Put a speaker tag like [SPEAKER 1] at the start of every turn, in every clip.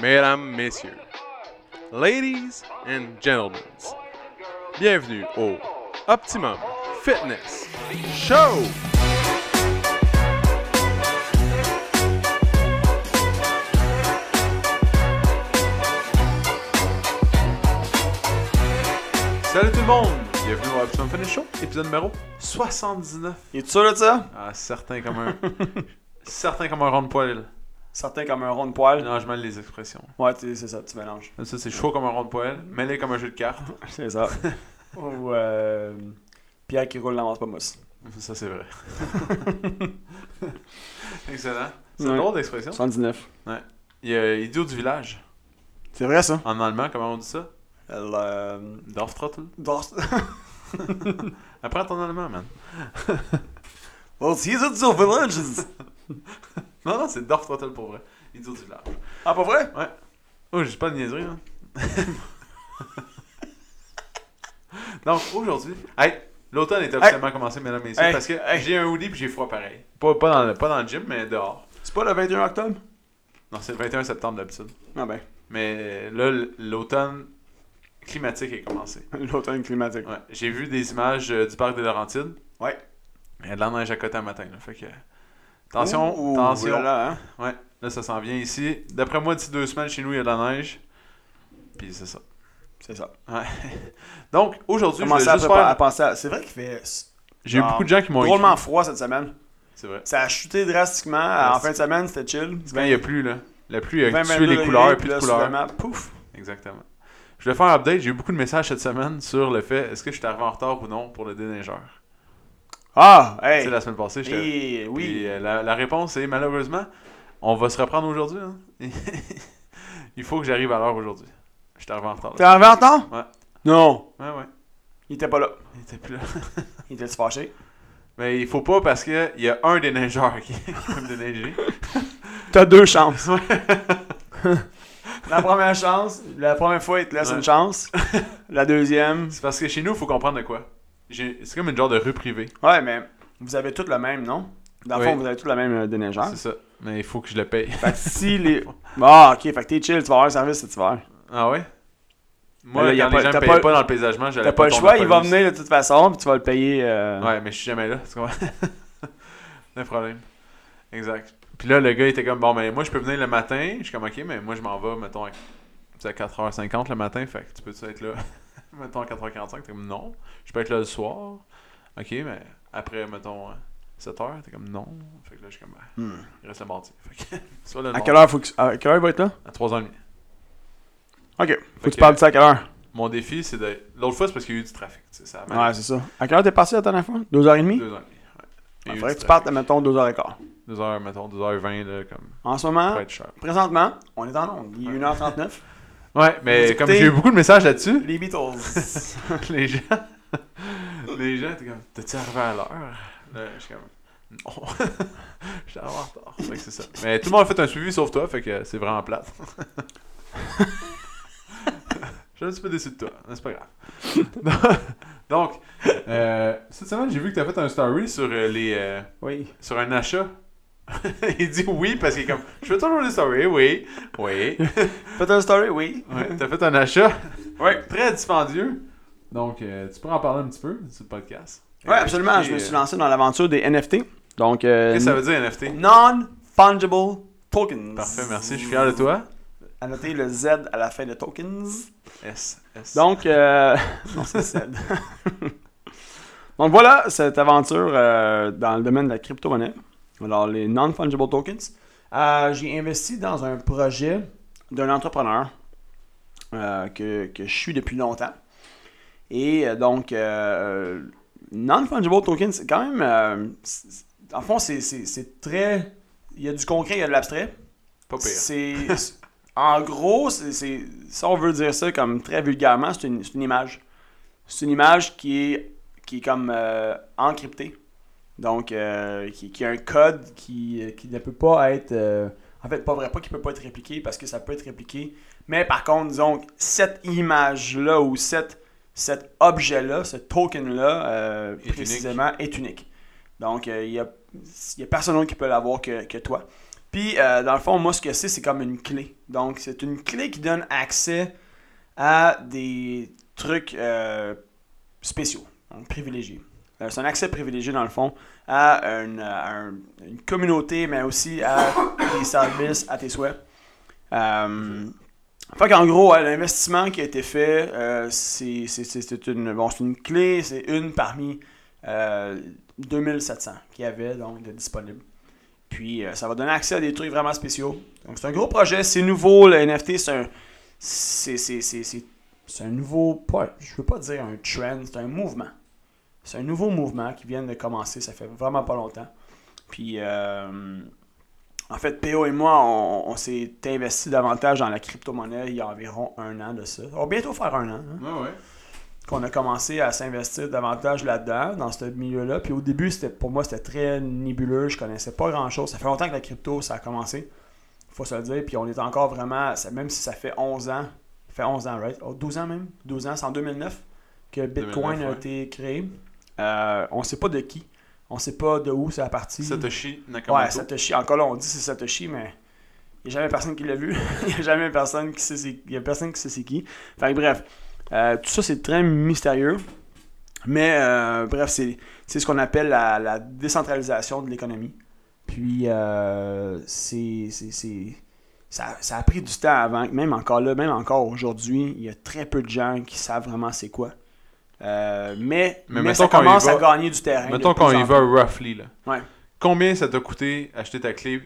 [SPEAKER 1] mesdames, messieurs, ladies and gentlemen, bienvenue au Optimum Fitness Show! Salut tout le monde! Bienvenue au Optimum Fitness Show, épisode numéro 79.
[SPEAKER 2] Es-tu sûr de ça?
[SPEAKER 1] Ah, certain comme un. certain comme un rond de poil.
[SPEAKER 2] Certain comme un rond de poil.
[SPEAKER 1] Non, je mêle les expressions.
[SPEAKER 2] Ouais, tu- c'est ça, tu mélanges.
[SPEAKER 1] Ça, c'est chaud comme un rond de poêle, mêlé comme un jeu de cartes.
[SPEAKER 2] C'est ça. Ou euh, Pierre qui roule n'avance pas mousse.
[SPEAKER 1] Ça, c'est vrai. Excellent. C'est
[SPEAKER 2] Ouais.
[SPEAKER 1] une drôle d'expression.
[SPEAKER 2] 79.
[SPEAKER 1] Il y a idiot du village.
[SPEAKER 2] C'est vrai ça?
[SPEAKER 1] En allemand, comment on dit ça
[SPEAKER 2] Elle, euh,
[SPEAKER 1] Dorftrottel.
[SPEAKER 2] dort-
[SPEAKER 1] Apprends ton allemand, man.
[SPEAKER 2] Well, she's at the villages.
[SPEAKER 1] Non, non, c'est Dorftrottel pour vrai. Idiot du village.
[SPEAKER 2] Ah, pas vrai?
[SPEAKER 1] Oh, j'ai pas de niaiserie, hein. Donc, aujourd'hui, hey, l'automne est officiellement commencé, mesdames et messieurs,
[SPEAKER 2] Hey.
[SPEAKER 1] parce que j'ai un hoodie puis j'ai froid pareil. Pas, pas, dans le, pas dans le gym, mais dehors.
[SPEAKER 2] C'est pas le 21 octobre?
[SPEAKER 1] Non, c'est le 21 septembre d'habitude.
[SPEAKER 2] Ah ben,
[SPEAKER 1] Mais là, l- l'automne climatique est commencé.
[SPEAKER 2] l'automne climatique.
[SPEAKER 1] Ouais. J'ai vu des images euh, du parc des Laurentides.
[SPEAKER 2] Ouais.
[SPEAKER 1] Il y a de la neige à côté un matin. Là. Fait que. Attention,
[SPEAKER 2] Ouh,
[SPEAKER 1] attention.
[SPEAKER 2] Là,
[SPEAKER 1] Là,
[SPEAKER 2] là, hein?
[SPEAKER 1] ça s'en vient ici. D'après moi, d'ici deux semaines, chez nous, il y a de la neige. Puis c'est ça.
[SPEAKER 2] C'est ça.
[SPEAKER 1] Ouais. Donc, aujourd'hui, je voulais
[SPEAKER 2] Commencez à,
[SPEAKER 1] juste
[SPEAKER 2] prépa- à
[SPEAKER 1] faire-
[SPEAKER 2] penser à... C'est vrai qu'il fait s-
[SPEAKER 1] J'ai eu
[SPEAKER 2] Ah,
[SPEAKER 1] beaucoup de gens qui m'ont
[SPEAKER 2] drôlement
[SPEAKER 1] écrit.
[SPEAKER 2] froid cette semaine.
[SPEAKER 1] C'est vrai.
[SPEAKER 2] Ça a chuté drastiquement. En fin de semaine, c'était chill.
[SPEAKER 1] C'est quand il y a plus, là. La pluie a
[SPEAKER 2] 20,
[SPEAKER 1] tué
[SPEAKER 2] 22
[SPEAKER 1] les
[SPEAKER 2] degrés,
[SPEAKER 1] couleurs, plus
[SPEAKER 2] puis
[SPEAKER 1] de
[SPEAKER 2] là,
[SPEAKER 1] couleurs.
[SPEAKER 2] soudainement, Pouf!
[SPEAKER 1] Exactement. Je vais faire un update. J'ai eu beaucoup de messages cette semaine sur le fait est-ce que je suis arrivé en retard ou non pour le déneigeur.
[SPEAKER 2] Ah!
[SPEAKER 1] Tu
[SPEAKER 2] Hey!
[SPEAKER 1] sais, la semaine passée, j'étais.
[SPEAKER 2] Eh, oui!
[SPEAKER 1] Puis, euh, la, la réponse est malheureusement, on va se reprendre aujourd'hui. hein. Il faut que j'arrive à l'heure aujourd'hui. Je suis arrivé en retard.
[SPEAKER 2] T'es
[SPEAKER 1] là.
[SPEAKER 2] arrivé en retard?
[SPEAKER 1] Ouais.
[SPEAKER 2] Non.
[SPEAKER 1] Ouais, ouais.
[SPEAKER 2] Il était pas là.
[SPEAKER 1] Il était plus là.
[SPEAKER 2] Il était fâché.
[SPEAKER 1] Mais il faut pas parce qu'il y a un déneigeur qui, qui peut me déneiger.
[SPEAKER 2] T'as deux chances. la première chance, la première fois, il te laisse
[SPEAKER 1] Ouais.
[SPEAKER 2] une chance. La deuxième.
[SPEAKER 1] C'est parce que chez nous, il faut comprendre de quoi. J'ai- C'est comme une genre de rue privée.
[SPEAKER 2] Ouais, mais vous avez toutes le même, non? Dans le
[SPEAKER 1] Oui.
[SPEAKER 2] fond, vous avez tous le même euh, déneigeur.
[SPEAKER 1] C'est ça. Mais il faut que je le paye.
[SPEAKER 2] Fait que si les. Ah, ok, fait que t'es chill, tu vas avoir un service cet hiver.
[SPEAKER 1] Ah ouais? Moi,
[SPEAKER 2] Mais là, y a
[SPEAKER 1] quand
[SPEAKER 2] pas-
[SPEAKER 1] les gens
[SPEAKER 2] t'as
[SPEAKER 1] me payaient
[SPEAKER 2] pas-
[SPEAKER 1] pas dans le paysagement, j'allais
[SPEAKER 2] T'as pas le
[SPEAKER 1] tomber à
[SPEAKER 2] choix,
[SPEAKER 1] la
[SPEAKER 2] il va
[SPEAKER 1] police.
[SPEAKER 2] venir de toute façon, puis tu vas le payer. euh,
[SPEAKER 1] Euh, Ouais, mais je suis jamais là. Tu comprends? Le problème. Exact. Puis là, le gars était comme, bon, mais moi, je peux venir le matin. Je suis comme, ok, mais moi, je m'en vais, mettons, à- c'est à 4h50 le matin. Fait que tu peux-tu être là, mettons, à 4h45? T'es comme, non. Je peux être là le soir. Ok, mais après, mettons, 7h, t'es comme, non. Fait que là, je suis comme, ah,
[SPEAKER 2] hmm.
[SPEAKER 1] il reste le mardi. Fait que, soit le
[SPEAKER 2] À
[SPEAKER 1] mardi,
[SPEAKER 2] quelle heure faut que... à quelle heure il va être là?
[SPEAKER 1] à 3h30.
[SPEAKER 2] Ok. Faut que
[SPEAKER 1] Fait
[SPEAKER 2] tu
[SPEAKER 1] que-
[SPEAKER 2] parles de ça à quelle heure?
[SPEAKER 1] Mon défi, c'est de. L'autre fois, c'est parce qu'il y a eu du trafic. tu sais, Ça a mal-
[SPEAKER 2] Ouais, c'est ça. À quelle heure t'es passé la dernière fois? 2h30?
[SPEAKER 1] Deux heures et
[SPEAKER 2] Il
[SPEAKER 1] demie.
[SPEAKER 2] Ah, faudrait que tu partes, mettons, 2h15.
[SPEAKER 1] 2 heures, mettons, 2h20, là, comme.
[SPEAKER 2] En ce
[SPEAKER 1] Pour
[SPEAKER 2] moment,
[SPEAKER 1] être cher.
[SPEAKER 2] Présentement, on est en onde. Il est 1h39.
[SPEAKER 1] Ouais,
[SPEAKER 2] Vous
[SPEAKER 1] mais comme
[SPEAKER 2] écoutez-
[SPEAKER 1] j'ai eu beaucoup de messages là-dessus,
[SPEAKER 2] Les Beatles.
[SPEAKER 1] les gens. les gens étaient comme, t'es-tu arrivé à l'heure? Là, je suis comme, non. Je suis arrivé en retard. Fait que c'est ça. Mais tout le monde a fait un suivi sauf toi, fait que c'est vraiment plate. Je suis un petit peu déçu de toi, mais c'est pas grave. Donc, euh, cette semaine, j'ai vu que t'as fait un story sur euh, les. euh,
[SPEAKER 2] Oui.
[SPEAKER 1] sur un achat. il dit oui parce qu'il est comme je fais toujours des stories, oui, oui.
[SPEAKER 2] Faites un story, oui.
[SPEAKER 1] Ouais, T'as fait un achat
[SPEAKER 2] Ouais.
[SPEAKER 1] très dispendieux. Donc euh, tu pourrais en parler un petit peu sur le podcast.
[SPEAKER 2] Ouais, euh, absolument. Je me suis lancé Mm. dans l'aventure des NFT. Donc, euh,
[SPEAKER 1] Qu'est-ce que ça veut dire NFT
[SPEAKER 2] Non-fungible tokens.
[SPEAKER 1] Parfait, merci, je suis fier de toi.
[SPEAKER 2] À noter le Z à la fin de tokens.
[SPEAKER 1] S, S.
[SPEAKER 2] Donc, euh... non, c'est Z. Donc voilà cette aventure euh, dans le domaine de la crypto-monnaie. Alors, les non-fungible tokens. Euh, J'ai investi dans un projet d'un entrepreneur euh, que, que je suis depuis longtemps. Et euh, donc, euh, non-fungible tokens, c'est quand même. euh, c'est- c'est- en fond, c'est- c'est c'est très. Il y a du concret, il y a de l'abstrait.
[SPEAKER 1] pas pire.
[SPEAKER 2] C'est. en gros, c'est, c'est- si on veut dire ça comme très vulgairement, c'est une, c'est une image. C'est une image qui est, qui est comme euh, encryptée. Donc, euh, qui, qui a un code qui, euh, qui ne peut pas être. euh, en fait, pas vrai, pas qu'il ne peut pas être répliqué parce que ça peut être répliqué. Mais par contre, disons, que cette image-là ou cette, cet objet-là, ce token-là, euh,
[SPEAKER 1] Est unique.
[SPEAKER 2] précisément, est unique. Donc, euh, il y a, il y a personne d'autre qui peut l'avoir que, que toi. Puis, euh, dans le fond, moi, ce que c'est, c'est comme une clé. Donc, c'est une clé qui donne accès à des trucs euh, spéciaux, donc privilégiés. Euh, c'est un accès privilégié, dans le fond, à une, à un- une communauté, mais aussi à des services à tes souhaits. Euh, fait qu'en gros, ouais, l'investissement qui a été fait, euh, c'est c'est- c'est- c'est une, bon, c'est une clé, c'est une parmi euh, 2700 qu'il y avait donc de disponible. Puis euh, ça va donner accès à des trucs vraiment spéciaux. Donc c'est un gros projet, c'est nouveau, le NFT, c'est un. C'est c'est- c'est- c'est- c'est un nouveau. Pas, je veux pas dire un trend, c'est un mouvement. C'est un nouveau mouvement qui vient de commencer, ça fait vraiment pas longtemps. Puis euh, en fait, PO et moi, on, on s'est investi davantage dans la crypto-monnaie il y a environ un an de ça. On va bientôt faire un an. hein,
[SPEAKER 1] Ouais, ouais.
[SPEAKER 2] qu'on a commencé à s'investir davantage là-dedans, dans ce milieu-là. Puis au début, c'était pour moi, c'était très nébuleux. Je connaissais pas grand-chose. Ça fait longtemps que la crypto, ça a commencé. faut se le dire. Puis on est encore vraiment, ça- même si ça fait 11 ans, ça fait 11 ans, right? Oh, 12 ans même. 12 ans, c'est en 2009 que Bitcoin
[SPEAKER 1] 2009,
[SPEAKER 2] a
[SPEAKER 1] ouais.
[SPEAKER 2] été créé. Euh, on sait pas de qui. On sait pas de où c'est parti.
[SPEAKER 1] Satoshi Nakamoto.
[SPEAKER 2] Ouais, Satoshi. Encore là, on dit c'est Satoshi, mais il n'y a jamais personne qui l'a vu. Il n'y a jamais personne qui sait c'est, il y a personne qui sait c'est qui. Fait que bref, euh, tout ça, c'est très mystérieux. Mais euh, bref, c'est, c'est ce qu'on appelle la, la décentralisation de l'économie. Puis, euh, c'est, c'est- c'est- ça, ça a pris du temps avant. Même encore là, même encore aujourd'hui, il y a très peu de gens qui savent vraiment c'est quoi. Euh, mais,
[SPEAKER 1] Mais
[SPEAKER 2] mais,
[SPEAKER 1] mettons
[SPEAKER 2] ça
[SPEAKER 1] qu'on y
[SPEAKER 2] commence
[SPEAKER 1] va-
[SPEAKER 2] à gagner du terrain. de
[SPEAKER 1] Mettons
[SPEAKER 2] plus
[SPEAKER 1] qu'on
[SPEAKER 2] en
[SPEAKER 1] y va roughly, là.
[SPEAKER 2] Ouais.
[SPEAKER 1] Combien ça t'a coûté acheter ta clé?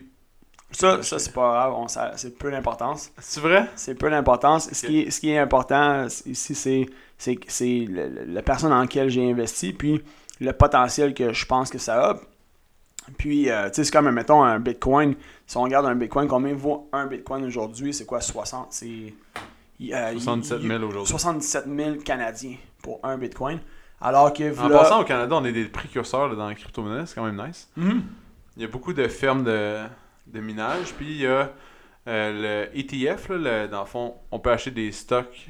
[SPEAKER 2] Ça, ça c'est pas grave, on s'en- c'est peu d'importance.
[SPEAKER 1] C'est vrai?
[SPEAKER 2] C'est peu d'importance. Ce,
[SPEAKER 1] Ok.
[SPEAKER 2] qui, est- ce qui est important c'est- ici, c'est- c'est c'est le- le- la personne en laquelle j'ai investi, puis le potentiel que je pense que ça a. Puis, euh, tu sais, c'est comme, mettons, un Bitcoin. Si on regarde un Bitcoin, combien vaut un Bitcoin aujourd'hui? C'est quoi, 60? C'est... euh,
[SPEAKER 1] 67 000 aujourd'hui.
[SPEAKER 2] 77 000 Canadiens pour un Bitcoin. Alors que...
[SPEAKER 1] En
[SPEAKER 2] v'là-
[SPEAKER 1] passant au Canada, on est des précurseurs là, dans la crypto-monnaie, c'est quand même nice.
[SPEAKER 2] Mhm.
[SPEAKER 1] Il y a beaucoup de fermes de, de minage, puis il y a euh, le ETF, là, le- dans le fond, on peut acheter des stocks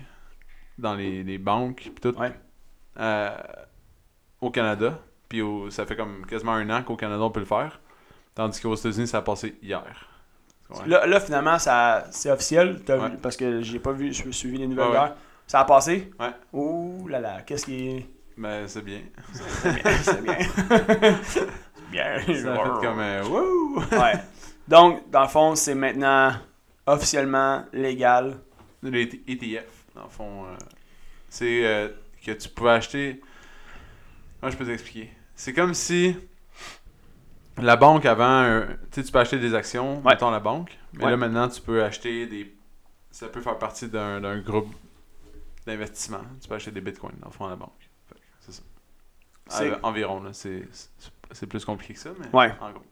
[SPEAKER 1] dans les, les banques, puis tout,
[SPEAKER 2] Ouais.
[SPEAKER 1] euh, au Canada. Puis au- ça fait comme quasiment un an qu'au Canada, on peut le faire. Tandis qu'aux États-Unis, ça a passé hier. Ouais.
[SPEAKER 2] Là, là, finalement, ça, c'est officiel. T'as
[SPEAKER 1] Ouais.
[SPEAKER 2] vu- parce que j'ai pas vu, je suivi les nouvelles
[SPEAKER 1] Ouais,
[SPEAKER 2] hier. Ça a passé?
[SPEAKER 1] Ouais.
[SPEAKER 2] Ouh là là, qu'est-ce qui est.
[SPEAKER 1] Ben, c'est bien.
[SPEAKER 2] C'est bien. C'est bien. C'est bien.
[SPEAKER 1] Ça a fait comme euh, Wouh!
[SPEAKER 2] Ouais. Donc, dans le fond, c'est maintenant officiellement légal.
[SPEAKER 1] Les ETF, E dans le fond, euh, c'est euh, que tu pouvais acheter. Moi, je peux t'expliquer. C'est comme si la banque avant, un- tu sais, tu peux acheter des actions,
[SPEAKER 2] Ouais.
[SPEAKER 1] mettons la banque, mais
[SPEAKER 2] Ouais.
[SPEAKER 1] là maintenant, tu peux acheter des. Ça peut faire partie d'un d'un groupe d'investissement. Tu peux acheter des bitcoins, dans le fond, à la banque. Fait que C'est ça.
[SPEAKER 2] C'est-
[SPEAKER 1] Euh, environ, là. C'est c'est- c'est plus compliqué que ça, mais
[SPEAKER 2] Ouais.
[SPEAKER 1] en gros.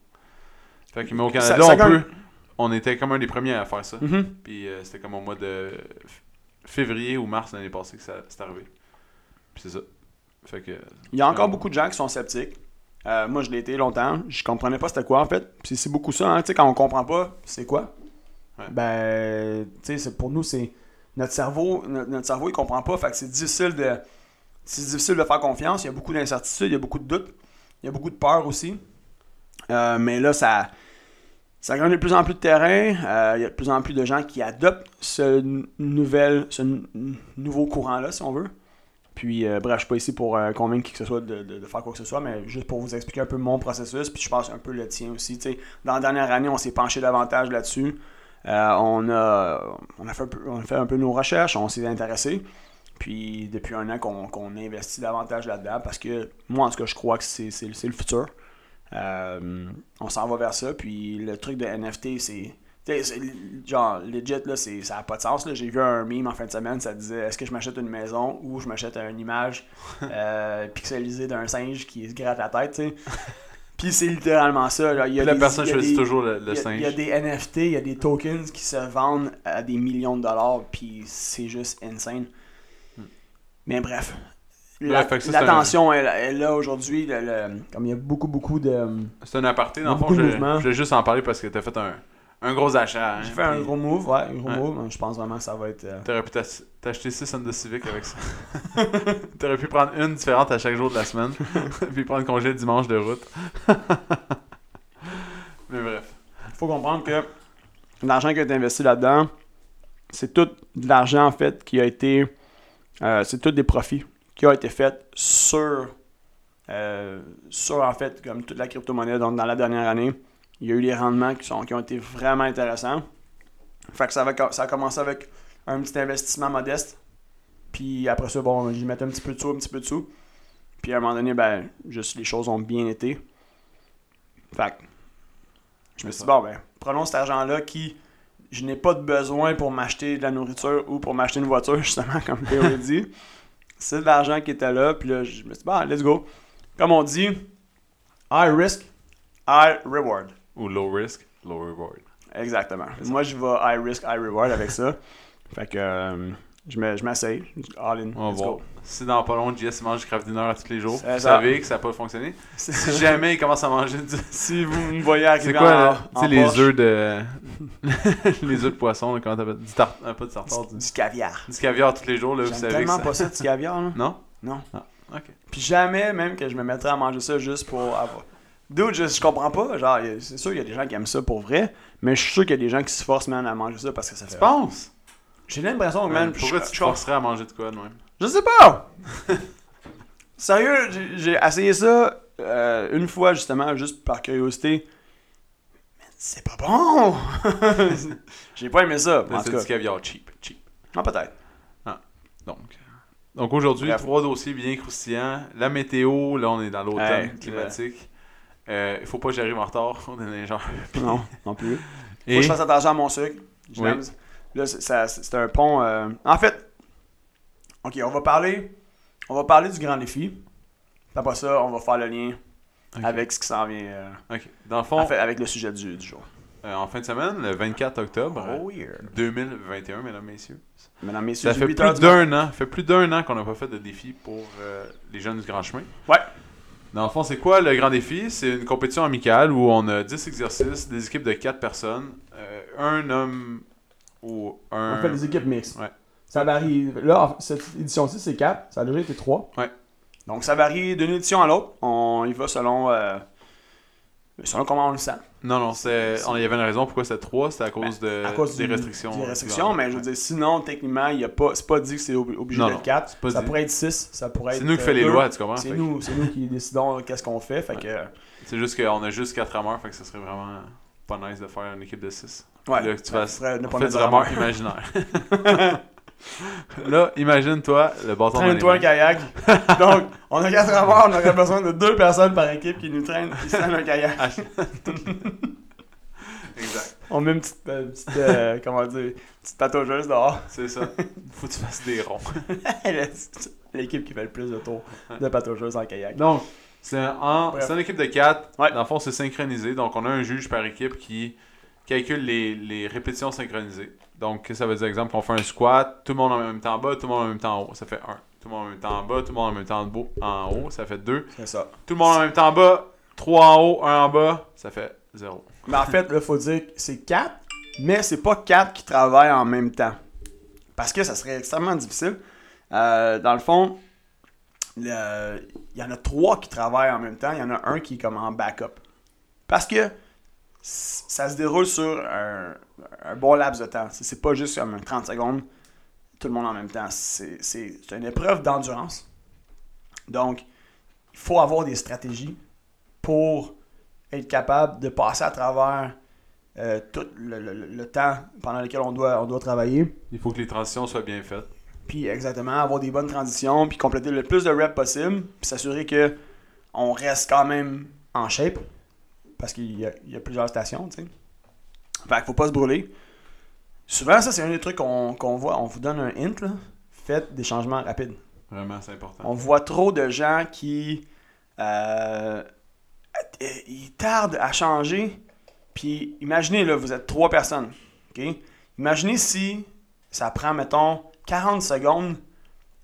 [SPEAKER 1] Fait que, mais au
[SPEAKER 2] Ça-
[SPEAKER 1] Canada,
[SPEAKER 2] ça
[SPEAKER 1] on,
[SPEAKER 2] gagne-
[SPEAKER 1] peut, on était comme un des premiers à faire ça.
[SPEAKER 2] Mhm.
[SPEAKER 1] Puis euh, c'était comme au mois de f- février ou mars l'année passée que ça c'est arrivé. Puis c'est ça. Fait que.
[SPEAKER 2] Il y a encore
[SPEAKER 1] Ouais.
[SPEAKER 2] beaucoup de gens qui sont sceptiques. Euh, moi, je l'ai été longtemps. Je comprenais pas c'était quoi, en fait. Puis c'est beaucoup ça, hein. Tu sais, quand on comprend pas, c'est quoi?
[SPEAKER 1] Ouais.
[SPEAKER 2] Ben, tu sais, c'est- pour nous, c'est... Notre cerveau, no- notre cerveau, il comprend pas. Fait que c'est difficile de... C'est difficile de faire confiance. Il y a beaucoup d'incertitudes, il y a beaucoup de doutes. Il y a beaucoup de peur aussi. Euh, mais là, ça... Ça gagne de plus en plus de terrain. Euh, il y a de plus en plus de gens qui adoptent ce n- nouvel, ce n- n- nouveau courant-là, si on veut. Puis, euh, bref, je suis pas ici pour euh, convaincre qui que ce soit de, de- de faire quoi que ce soit, mais juste pour vous expliquer un peu mon processus, puis je pense un peu le tien aussi. tu sais. Dans la dernière année, on s'est penché davantage là-dessus. Euh, on, a, on, a fait un peu, on a fait un peu nos recherches, on s'est intéressé. Puis, depuis un an qu'on qu'on investit davantage là-dedans, parce que moi, en tout cas, je crois que c'est c'est le c'est le futur. Euh, on s'en va vers ça. Puis le truc de NFT, c'est. t'sais, c'est- Genre, legit, là, c'est- ça n'a pas de sens. là. J'ai vu un meme en fin de semaine, ça disait est-ce que je m'achète une maison ou je m'achète une image euh, pixelisée d'un singe qui se gratte la tête, tu sais. Puis c'est littéralement ça. genre, il y a
[SPEAKER 1] Puis la
[SPEAKER 2] des-
[SPEAKER 1] personne
[SPEAKER 2] il y a
[SPEAKER 1] choisit
[SPEAKER 2] des-
[SPEAKER 1] toujours le, le
[SPEAKER 2] il y a-
[SPEAKER 1] singe.
[SPEAKER 2] Il y a des NFT, il y a des tokens qui se vendent à des millions de dollars, puis c'est juste insane. Mais bref, la-
[SPEAKER 1] Hmm. Ouais, fait que ça, c'est un-
[SPEAKER 2] l'attention est, là- est là aujourd'hui. le- le- Comme il y a beaucoup, beaucoup de.
[SPEAKER 1] C'est un aparté, dans le fond.
[SPEAKER 2] Beaucoup de
[SPEAKER 1] Je,
[SPEAKER 2] mouvements.
[SPEAKER 1] je voulais juste en parler parce que t'as fait un, un gros achat. hein,
[SPEAKER 2] J'ai fait un
[SPEAKER 1] puis
[SPEAKER 2] gros move, ouais, un gros
[SPEAKER 1] Ouais.
[SPEAKER 2] move. Je pense vraiment que ça va être. euh,
[SPEAKER 1] T'aurais pu t'ach- t'acheter 6 Honda Civic avec ça. T'aurais pu prendre une différente à chaque jour de la semaine. puis prendre congé le dimanche de route. mais bref.
[SPEAKER 2] Faut faut comprendre que l'argent qui a été investi là-dedans, c'est tout de l'argent en fait qui a été. euh, c'est tout des profits qui ont été faits sur. euh, sur en fait, comme toute la crypto-monnaie. Donc, dans la dernière année, il y a eu des rendements qui, sont, qui ont été vraiment intéressants. Fait que ça, avait, ça a commencé avec un petit investissement modeste. Puis après ça, bon, j'y mettais un petit peu de sous, un petit peu de sous. Puis à un moment donné, ben, juste les choses ont bien été. Fait que je me suis dit, bon, ben, prenons cet argent-là qui, je n'ai pas de besoin pour m'acheter de la nourriture ou pour m'acheter une voiture, justement, comme Théo l'a dit. C'est de l'argent qui était là, puis là, je me suis dit, bon, let's go. Comme on dit, high risk, high reward.
[SPEAKER 1] Ou low risk, low reward.
[SPEAKER 2] Exactement. Moi, je vais high risk, high reward avec ça. fait que euh, je me- je m'essaye, je dis, all in,
[SPEAKER 1] On
[SPEAKER 2] let's
[SPEAKER 1] va voir.
[SPEAKER 2] go.
[SPEAKER 1] Si dans pas long, JS mange du craft dinner à tous les jours,
[SPEAKER 2] C'est
[SPEAKER 1] vous
[SPEAKER 2] ça.
[SPEAKER 1] savez que ça n'a pas fonctionné. Si jamais il commence à manger du.
[SPEAKER 2] si vous me voyez
[SPEAKER 1] C'est
[SPEAKER 2] arriver
[SPEAKER 1] quoi,
[SPEAKER 2] en-
[SPEAKER 1] là? Tu
[SPEAKER 2] en
[SPEAKER 1] sais, les
[SPEAKER 2] Porsche,
[SPEAKER 1] œufs de. les œufs de poisson, là, comment t'appelles Du tar- euh, Pas du tartare, du...
[SPEAKER 2] du caviar.
[SPEAKER 1] du caviar tous les jours, là, vous
[SPEAKER 2] J'aime
[SPEAKER 1] savez que
[SPEAKER 2] tellement
[SPEAKER 1] ça.
[SPEAKER 2] pas ça du caviar, là.
[SPEAKER 1] Non
[SPEAKER 2] Non.
[SPEAKER 1] Ok.
[SPEAKER 2] Puis jamais même que je me mettrais à manger ça juste pour avoir. Dude, je, je comprends pas. Genre, y a- c'est sûr qu'il y a des gens qui aiment ça pour vrai, mais je suis sûr qu'il y a des gens qui se forcent même à manger ça parce que ça
[SPEAKER 1] Tu
[SPEAKER 2] fait. peur.
[SPEAKER 1] penses
[SPEAKER 2] J'ai l'impression que même. je-
[SPEAKER 1] Pourquoi tu te
[SPEAKER 2] je-
[SPEAKER 1] forcerais à manger de quoi de même
[SPEAKER 2] Je sais pas! Sérieux, j'ai- j'ai essayé ça euh, une fois justement, juste par curiosité. Mais c'est pas bon! j'ai pas aimé ça, en
[SPEAKER 1] C'est
[SPEAKER 2] tout cas.
[SPEAKER 1] du caviar cheap. Cheap.
[SPEAKER 2] Non, peut-être.
[SPEAKER 1] Donc, euh, donc aujourd'hui,
[SPEAKER 2] Bref.
[SPEAKER 1] trois dossiers bien croustillants. La météo, là, on est dans l'automne
[SPEAKER 2] Ouais.
[SPEAKER 1] climatique. Euh, Il faut pas que j'arrive en retard, on est des gens.
[SPEAKER 2] Non, non plus. Faut
[SPEAKER 1] Et
[SPEAKER 2] que je fasse attention à mon sucre. Je
[SPEAKER 1] Oui.
[SPEAKER 2] l'aime. Là, c'est ça- c'est- c'est un pont. euh, En fait, ok, on va parler. On va parler du grand défi. Après ça, on va faire le lien
[SPEAKER 1] Ok.
[SPEAKER 2] avec ce qui s'en vient. euh,
[SPEAKER 1] ok. dans le fond,
[SPEAKER 2] en fait, avec le sujet du, du jour.
[SPEAKER 1] euh, en fin de semaine, le 24 octobre euh,
[SPEAKER 2] Oh yeah.
[SPEAKER 1] 2021, mesdames, messieurs.
[SPEAKER 2] Mesdames, messieurs,
[SPEAKER 1] Ça
[SPEAKER 2] j'ai
[SPEAKER 1] fait
[SPEAKER 2] huit
[SPEAKER 1] plus
[SPEAKER 2] heures du
[SPEAKER 1] d'un an, fait plus d'un an qu'on n'a pas fait de défi pour euh, les jeunes du Grand Chemin.
[SPEAKER 2] Ouais.
[SPEAKER 1] Dans le fond, c'est quoi le grand défi C'est une compétition amicale où on a 10 exercices, des équipes de 4 personnes, euh, un homme ou un.
[SPEAKER 2] On fait des équipes mixtes.
[SPEAKER 1] Ouais.
[SPEAKER 2] Ça varie. Là, en- cette édition-ci, c'est 4. Ça a déjà été 3.
[SPEAKER 1] Ouais.
[SPEAKER 2] Donc, ça varie d'une édition à l'autre. On y va selon, euh, selon comment on le sent.
[SPEAKER 1] Non, non, c'est...
[SPEAKER 2] C'est-
[SPEAKER 1] on- il y avait une raison pourquoi c'était 3, c'était à cause, de...
[SPEAKER 2] Ben, à cause
[SPEAKER 1] des
[SPEAKER 2] du-
[SPEAKER 1] restrictions. euh,
[SPEAKER 2] des restrictions, mais je veux dire, sinon, techniquement, il y a pas, c'est pas dit que c'est ob- obligé
[SPEAKER 1] Non, non,
[SPEAKER 2] d'être 4.
[SPEAKER 1] c'est pas
[SPEAKER 2] Ça
[SPEAKER 1] dit.
[SPEAKER 2] pourrait être 6, ça pourrait
[SPEAKER 1] C'est
[SPEAKER 2] être,
[SPEAKER 1] nous qui
[SPEAKER 2] euh,
[SPEAKER 1] fait les
[SPEAKER 2] deux.
[SPEAKER 1] lois, tu comprends
[SPEAKER 2] C'est
[SPEAKER 1] Fait que
[SPEAKER 2] nous, c'est nous qui décidons qu'est-ce qu'on fait, fait que euh,
[SPEAKER 1] C'est juste qu'on a juste 4 rameurs, fait que ça serait vraiment pas nice de faire une équipe de 6.
[SPEAKER 2] ouais,
[SPEAKER 1] Là, que tu
[SPEAKER 2] ça
[SPEAKER 1] fasses-
[SPEAKER 2] pourrait ne
[SPEAKER 1] On
[SPEAKER 2] pas
[SPEAKER 1] fait du
[SPEAKER 2] mettre de
[SPEAKER 1] rameur
[SPEAKER 2] rameur.
[SPEAKER 1] imaginaire. Là, imagine-toi le bâton dans les
[SPEAKER 2] Traîne-toi un
[SPEAKER 1] mains.
[SPEAKER 2] kayak. Donc, on a quatre rameurs, on aurait besoin de deux personnes par équipe qui nous traînent, qui se traînent un kayak.
[SPEAKER 1] Ah, Exact,
[SPEAKER 2] On met une petite, euh, petite, euh, comment dire, une petite pataugeuse dehors.
[SPEAKER 1] c'est ça. Faut que tu fasses des ronds.
[SPEAKER 2] L'équipe qui fait le plus de tours de pataugeuses en kayak.
[SPEAKER 1] Donc, c'est en...
[SPEAKER 2] Bref.
[SPEAKER 1] c'est une équipe de 4.
[SPEAKER 2] Ouais.
[SPEAKER 1] Dans le fond, c'est synchronisé. Donc, on a un juge par équipe qui calcule les, les répétitions synchronisées. Donc, ça veut dire, exemple, qu'on fait un squat, tout le monde en même temps en bas, tout le monde en même temps en haut. Ça fait 1. Tout le monde en même temps en bas, tout le monde en même temps en bas- en haut. Ça fait 2.
[SPEAKER 2] C'est ça.
[SPEAKER 1] Tout le monde en même temps en bas, 3 en haut, 1 en bas. Ça fait 0.
[SPEAKER 2] Mais en fait, là, faut dire que c'est quatre, mais c'est pas quatre qui travaillent en même temps. Parce que ça serait extrêmement difficile. Euh, dans le fond, le- il y en a trois qui travaillent en même temps, il y en a un qui est comme en backup. Parce que c- ça se déroule sur un, un bon laps de temps. C'est c'est pas juste comme 30 secondes, tout le monde en même temps. C'est c'est- c'est une épreuve d'endurance. Donc, il faut avoir des stratégies pour être capable de passer à travers euh, tout le, le- le- le temps pendant lequel on doit, on doit travailler.
[SPEAKER 1] Il faut que les transitions soient bien faites.
[SPEAKER 2] Puis exactement, avoir des bonnes transitions, puis compléter le plus de reps possible, puis s'assurer que on reste quand même en shape, parce qu'il y, a- il y a plusieurs stations, tu sais. Fait qu'il faut pas se brûler. Souvent, ça, c'est un des trucs qu'on qu'on voit. On vous donne un hint, là. Faites des changements rapides.
[SPEAKER 1] Vraiment, c'est important.
[SPEAKER 2] On voit trop de gens qui euh, euh, ils tardent à changer. Puis imaginez là, vous êtes trois personnes. ok? Imaginez si ça prend mettons 40 secondes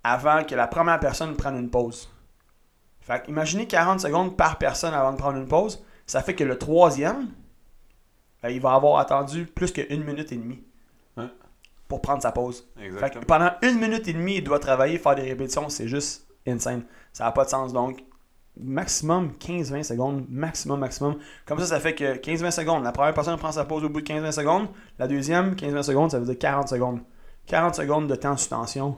[SPEAKER 2] avant que la première personne prenne une pause. Fait que imaginez 40 secondes par personne avant de prendre une pause. Ça fait que le troisième, ben, il va avoir attendu plus qu'une minute et demie
[SPEAKER 1] Ouais.
[SPEAKER 2] pour prendre sa pause. Fait que
[SPEAKER 1] Exactement.
[SPEAKER 2] pendant une minute et demie, il doit travailler, faire des répétitions. C'est juste insane. Ça n'a pas de sens. Donc, maximum 15-20 secondes, maximum, maximum. Comme ça, ça fait que 15-20 secondes. La première personne prend sa pause au bout de 15-20 secondes. La deuxième, 15-20 secondes, ça veut dire 40 secondes. 40 secondes de temps de suspension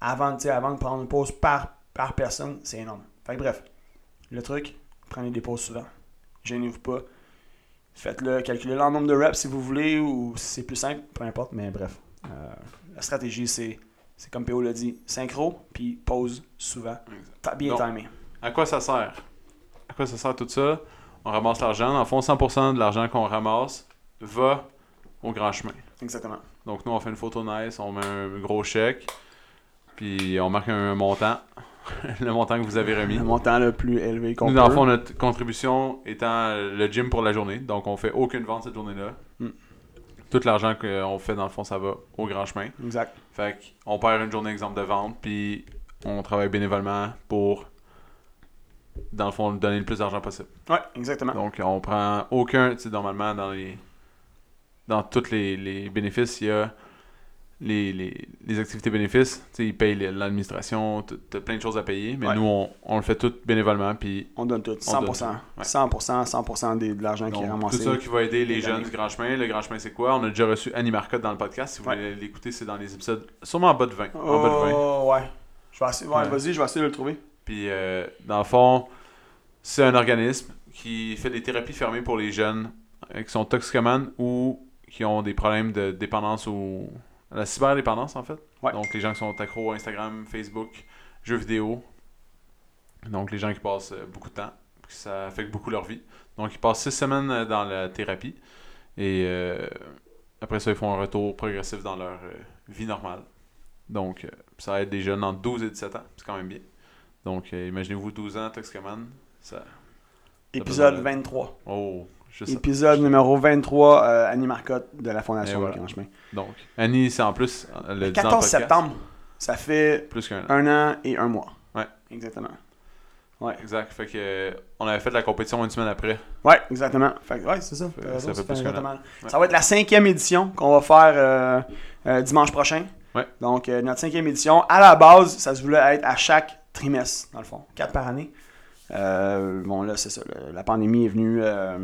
[SPEAKER 2] avant, tu sais, avant de prendre une pause par, par personne, c'est énorme. Fait que bref, le truc, prenez des pauses souvent. Gênez-vous pas. Faites-le, calculez-le en nombre de reps si vous voulez ou si c'est plus simple, peu importe, mais bref. Euh, la stratégie, c'est, c'est comme PO l'a dit, synchro, puis pause souvent. Ta- bien
[SPEAKER 1] Donc,
[SPEAKER 2] timé.
[SPEAKER 1] À quoi ça sert À quoi ça sert tout ça On ramasse l'argent. En fond, 100% de l'argent qu'on ramasse va au grand chemin.
[SPEAKER 2] Exactement.
[SPEAKER 1] Donc, nous, on fait une photo nice, on met un gros chèque, puis on marque un montant, le montant que vous avez remis.
[SPEAKER 2] Le montant le plus élevé qu'on
[SPEAKER 1] Nous, dans le
[SPEAKER 2] peut.
[SPEAKER 1] fond, notre contribution étant le gym pour la journée. Donc, on fait aucune vente cette journée-là.
[SPEAKER 2] Mm.
[SPEAKER 1] Tout l'argent qu'on fait, dans le fond, ça va au grand chemin.
[SPEAKER 2] Exact.
[SPEAKER 1] Fait qu'on perd une journée, exemple, de vente, puis on travaille bénévolement pour, dans le fond, donner le plus d'argent possible.
[SPEAKER 2] Ouais, exactement.
[SPEAKER 1] Donc, on prend aucun, tu sais, normalement, dans les dans tous les, les bénéfices, il y a les, les, les activités bénéfices. Tu sais, ils payent les- l'administration, tout- t'as plein de choses à payer, mais
[SPEAKER 2] Ouais.
[SPEAKER 1] nous, on, on le fait tout bénévolement, puis
[SPEAKER 2] On donne tout. 100%.
[SPEAKER 1] donne tout, ouais.
[SPEAKER 2] 100%, 100% des- de l'argent qui
[SPEAKER 1] Donc,
[SPEAKER 2] est
[SPEAKER 1] tout
[SPEAKER 2] ramassé.
[SPEAKER 1] ça qui va aider les
[SPEAKER 2] Les
[SPEAKER 1] jeunes
[SPEAKER 2] amis.
[SPEAKER 1] du Grand Chemin. Le Grand Chemin, c'est quoi? On a déjà reçu Annie Marcotte dans le podcast. Si vous
[SPEAKER 2] Ouais.
[SPEAKER 1] voulez l'écouter, c'est dans les épisodes sûrement en bas de 20. En bas de 20.
[SPEAKER 2] Oh, ouais. Je vais essayer, ouais,
[SPEAKER 1] Ouais.
[SPEAKER 2] vas-y, je vais essayer de le trouver.
[SPEAKER 1] Puis, euh, dans le fond, c'est un organisme qui fait des thérapies fermées pour les jeunes euh, qui sont toxicomanes ou qui ont des problèmes de dépendance ou à la cyberdépendance, en fait.
[SPEAKER 2] Ouais.
[SPEAKER 1] Donc, les gens qui sont accros à Instagram, Facebook, jeux vidéo. Donc, les gens qui passent euh, beaucoup de temps, puis ça affecte beaucoup leur vie. Donc, ils passent six semaines euh, dans la thérapie et euh, après ça, ils font un retour progressif dans leur euh, vie normale. Donc, euh, ça aide des jeunes entre 12 et 17 ans, c'est quand même bien. Donc, euh, imaginez-vous 12 ans, toxicomane, ça...
[SPEAKER 2] Épisode
[SPEAKER 1] besoin de-
[SPEAKER 2] 23.
[SPEAKER 1] Oh, je sais.
[SPEAKER 2] Épisode numéro 23, euh, Annie Marcotte de la Fondation
[SPEAKER 1] Et voilà.
[SPEAKER 2] Le Grand Chemin.
[SPEAKER 1] Donc, Annie, c'est en plus euh, le
[SPEAKER 2] Le
[SPEAKER 1] 10 ans de
[SPEAKER 2] 14
[SPEAKER 1] podcast,
[SPEAKER 2] septembre, ça fait
[SPEAKER 1] Plus qu'un an.
[SPEAKER 2] un an et un mois.
[SPEAKER 1] Ouais.
[SPEAKER 2] Exactement.
[SPEAKER 1] Exact. Fait que, euh, on avait fait la compétition une semaine après.
[SPEAKER 2] Ouais, exactement. Fait que, ouais, c'est ça.
[SPEAKER 1] Fait-
[SPEAKER 2] T'as raison,
[SPEAKER 1] ça fait plus qu'un an.
[SPEAKER 2] exactement.
[SPEAKER 1] Ouais.
[SPEAKER 2] Ça va être la cinquième édition qu'on va faire euh, euh, dimanche prochain.
[SPEAKER 1] Ouais.
[SPEAKER 2] Donc, euh, notre cinquième édition, à la base, ça se voulait être à chaque trimestre, dans le fond, quatre par année. Euh, bon, là, c'est ça. le- la pandémie est venue, euh,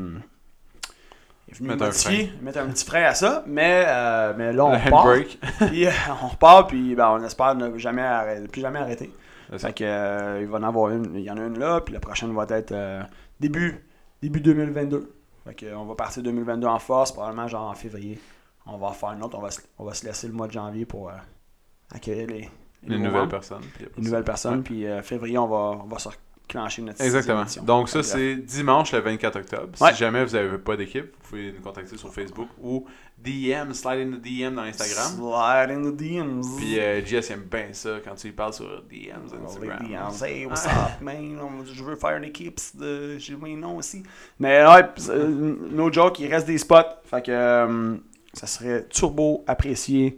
[SPEAKER 2] est venue
[SPEAKER 1] Mettre un
[SPEAKER 2] modifier, mettre un petit frein à ça. Mais, euh, mais là, on
[SPEAKER 1] le
[SPEAKER 2] repart.
[SPEAKER 1] handbrake.
[SPEAKER 2] Puis, euh, on repart, puis ben, on espère ne jamais arrêter, ne plus jamais arrêter.
[SPEAKER 1] C'est ça.
[SPEAKER 2] Fait que, euh, il va en avoir une, il y en a une là, puis la prochaine va être euh, début, début 2022. Fait que, euh, on va partir 2022 en force, probablement genre en février. On va en faire une autre, on va se, on va se laisser le mois de janvier pour euh, accueillir les,
[SPEAKER 1] Les
[SPEAKER 2] nouveaux
[SPEAKER 1] nouvelles
[SPEAKER 2] membres,
[SPEAKER 1] personnes. puis après
[SPEAKER 2] les nouvelles
[SPEAKER 1] ça.
[SPEAKER 2] personnes.
[SPEAKER 1] Ouais.
[SPEAKER 2] Puis euh, février, on va, on va se reclencher notre sixième
[SPEAKER 1] Exactement.
[SPEAKER 2] édition.
[SPEAKER 1] Donc, ça,
[SPEAKER 2] Fait que,
[SPEAKER 1] c'est dimanche le 24 octobre.
[SPEAKER 2] Ouais.
[SPEAKER 1] Si jamais vous n'avez pas d'équipe, vous pouvez nous contacter sur Facebook ou DM, slide in the DM dans Instagram.
[SPEAKER 2] Slide in the DMs.
[SPEAKER 1] Puis, euh, JS aime bien ça quand tu lui parles sur DMs Instagram. Ah,
[SPEAKER 2] Les DMs, hey, what's up, man? On- Je veux faire une équipe de. J'ai mes noms aussi. Mais ouais, pis, euh, no joke, il reste des spots. Fait que euh, ça serait turbo apprécié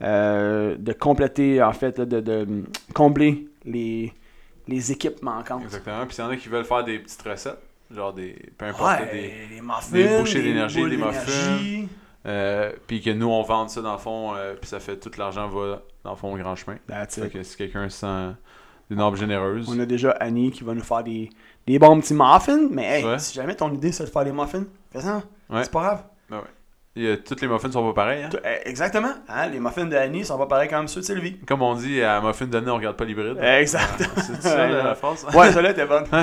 [SPEAKER 2] euh, de compléter, en fait, là, de, de combler les, les équipes manquantes.
[SPEAKER 1] Exactement. Puis, s'il y en a qui veulent faire des petites recettes, genre des. peu importe,
[SPEAKER 2] Ouais,
[SPEAKER 1] des.
[SPEAKER 2] les muffins,
[SPEAKER 1] des bouchées d'énergie,
[SPEAKER 2] boules
[SPEAKER 1] des muffins.
[SPEAKER 2] d'énergie.
[SPEAKER 1] Euh, puis que nous, on vende ça dans le fond, euh, puis ça fait tout l'argent va dans le fond au grand chemin.
[SPEAKER 2] That's
[SPEAKER 1] Fait
[SPEAKER 2] it.
[SPEAKER 1] que si quelqu'un se sent d'une âme généreuse,
[SPEAKER 2] On a déjà Annie qui va nous faire des, des bons petits muffins. Mais hey,
[SPEAKER 1] Ouais.
[SPEAKER 2] si jamais ton idée c'est de faire des muffins, fais-en.
[SPEAKER 1] ben Ouais.
[SPEAKER 2] C'est pas grave.
[SPEAKER 1] il y a- toutes les muffins sont pas pareils. hein.
[SPEAKER 2] T- euh, Exactement. Hein, les muffins de Annie sont pas pareils comme ceux de Sylvie. Eh,
[SPEAKER 1] Comme on dit, à muffin donné, on regarde pas l'hybride.
[SPEAKER 2] Exact.
[SPEAKER 1] C'est ça la, la phrase?
[SPEAKER 2] Ouais, celle-là était bonne.